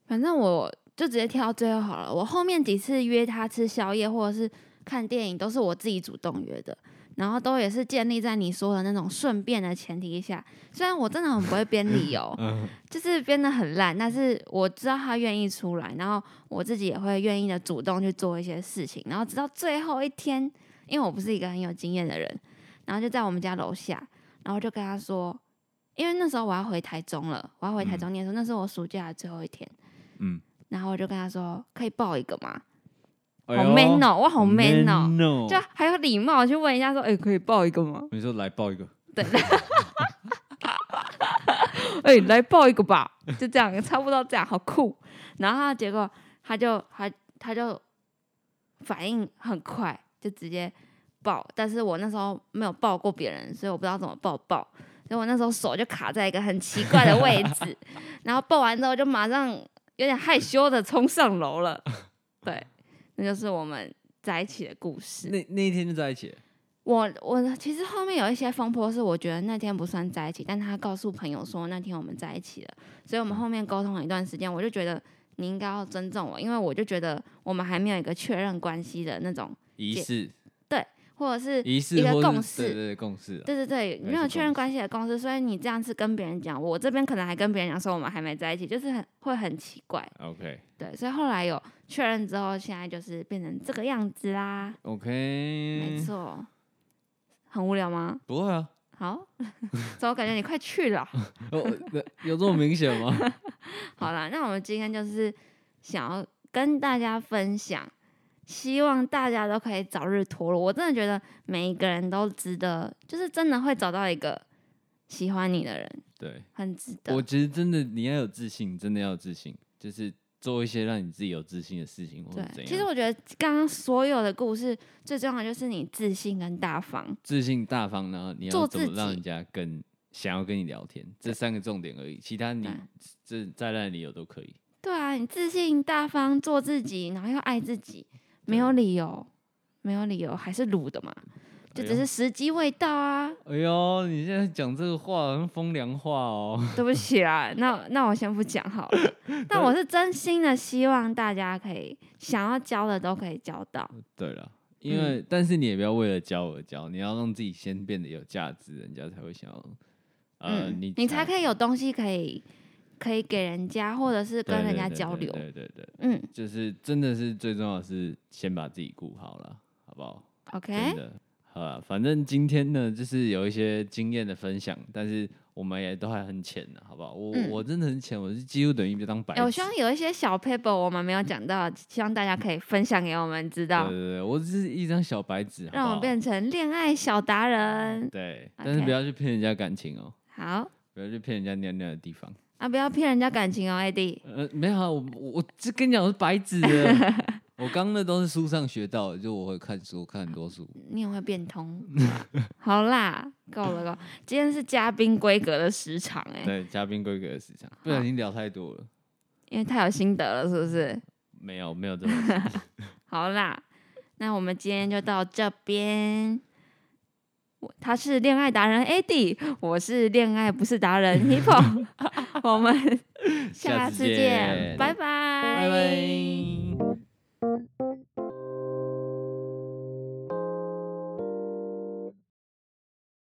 C: 反正我就直接跳到最后好了。我后面几次约他吃宵夜或者是看电影，都是我自己主动约的，然后都也是建立在你说的那种顺便的前提下。虽然我真的很不会编理由
B: 嗯，
C: 就是编的很烂，但是我知道他愿意出来，然后我自己也会愿意的主动去做一些事情，然后直到最后一天，因为我不是一个很有经验的人，然后就在我们家楼下，然后就跟他说，因为那时候我要回台中了，我要回台中念书，那是我暑假的最后一天，
B: 嗯，
C: 然后我就跟他说，可以抱一个吗？
B: 哎
C: 好
B: 呦
C: man 哦、我好
B: 好
C: man 哦、
B: 哦
C: 就还有礼貌去问一下说，哎、可以抱一个吗？
B: 你说来抱一个，
C: 对， 哎、来抱一个吧，就这样，差不多这样，好酷。然后他结果他就他他就反应很快，就直接抱。但是我那时候没有抱过别人，所以我不知道怎么抱抱。所以我那时候手就卡在一个很奇怪的位置，然后抱完之后就马上有点害羞的冲上楼了。对，那就是我们在一起的故事。
B: 那那一天就在一起了，
C: 我我其实后面有一些风波是我觉得那天不算在一起，但他告诉朋友说那天我们在一起了，所以我们后面沟通了一段时间，我就觉得你应该要尊重我，因为我就觉得我们还没有一个确认关系的那种，
B: 仪
C: 姐
B: 式
C: 或者是
B: 仪式
C: 一个
B: 或是
C: 共识
B: 对对对共识啊，
C: 对对对，
B: 没
C: 没有
B: 是
C: 确认
B: 共识
C: 关系的公司，所以你这样是跟别人讲，我这边可能还跟别人讲说我们还没在一起，就是很会很奇怪，
B: OK
C: 对，所以后来有确认之后，现在就是变成这个样子啦，
B: OK，
C: 没错，很无聊吗？
B: 不会啊，
C: 好， 所以我感觉你快去了。
B: 哦，那有这么明显 吗？
C: 好啦，那我们今天就是想要跟大家分享，希望大家都可以早日脱落。我真的觉得每一个人都值得，就是真的会找到一个喜欢你的人，
B: 对，
C: 很值得。
B: 我觉得真的你要有自信，真的要有自信，就是做一些让你自己有自信的事情，或者怎
C: 对，
B: 样。
C: 其实我觉得刚刚所有的故事最重要的就是你自信跟大方。
B: 自信大方，然后你要
C: 做
B: 怎么
C: 自
B: 让
C: 己
B: 人家跟想要跟你聊天，这三个重点而已，其他你
C: 对
B: 这在那里有都可以。
C: 对啊，你自信大方，做自己，然后又爱自己，没有理由，没有理由还是卤的嘛，就
B: 哎
C: 只
B: 呦
C: 是时机未到啊。
B: 哎呦，你现在讲这个话好像风凉话哦。
C: 对不起啊，那那我先不讲好了。但我是真心的希望大家可以想要交的都可以交到，
B: 对了，因为、
C: 嗯
B: 但是你也不要为了教而教，你要让自己先变得有价值，人家才会想要。呃，
C: 嗯，
B: 你
C: 你才可以有东西可以可以给人家，或者是
B: 对
C: 跟人
B: 对
C: 家
B: 对
C: 交
B: 对
C: 流。
B: 对对对，
C: 嗯
B: 就是真的是最重要的是先把自己顾好了，好不好？真
C: ，OK，
B: 的，好啦，反正今天呢，就是有一些经验的分享，但是我们也都还很浅呢，好不好？我、
C: 嗯
B: 我真的很浅，我是几乎等于就当白
C: 哎、
B: 纸。
C: 我希望有一些小 paper 我们没有讲到，希望大家可以分享给我们知
B: 对
C: 道，
B: 对对，我只是一张小白纸，好不
C: 让我
B: 好
C: 们变成恋爱小达人。
B: 对，
C: OK
B: 但是不要去骗人家感情哦、
C: 好
B: 不要去骗人家尿尿的地方。
C: 啊，不要骗人家感情哦，AD。
B: 呃，没有啊，我我我这跟你讲我是白纸的， 我刚刚那都是书上学到的，就我会看书，看很多书。
C: 你很会变通。 好啦，够了够了，今天是嘉宾规格的时长哎、
B: 对，嘉宾规格的市场，不小心聊太多了，
C: 因为太有心得了，是不是？
B: 没有没有这么
C: 好啦，那我们今天就到这边。我他是恋爱达人 AD，我是恋爱不是达人 Hippo，我们
B: 下
C: 下
B: 次
C: 次
B: 见
C: 见，拜拜
B: 拜拜。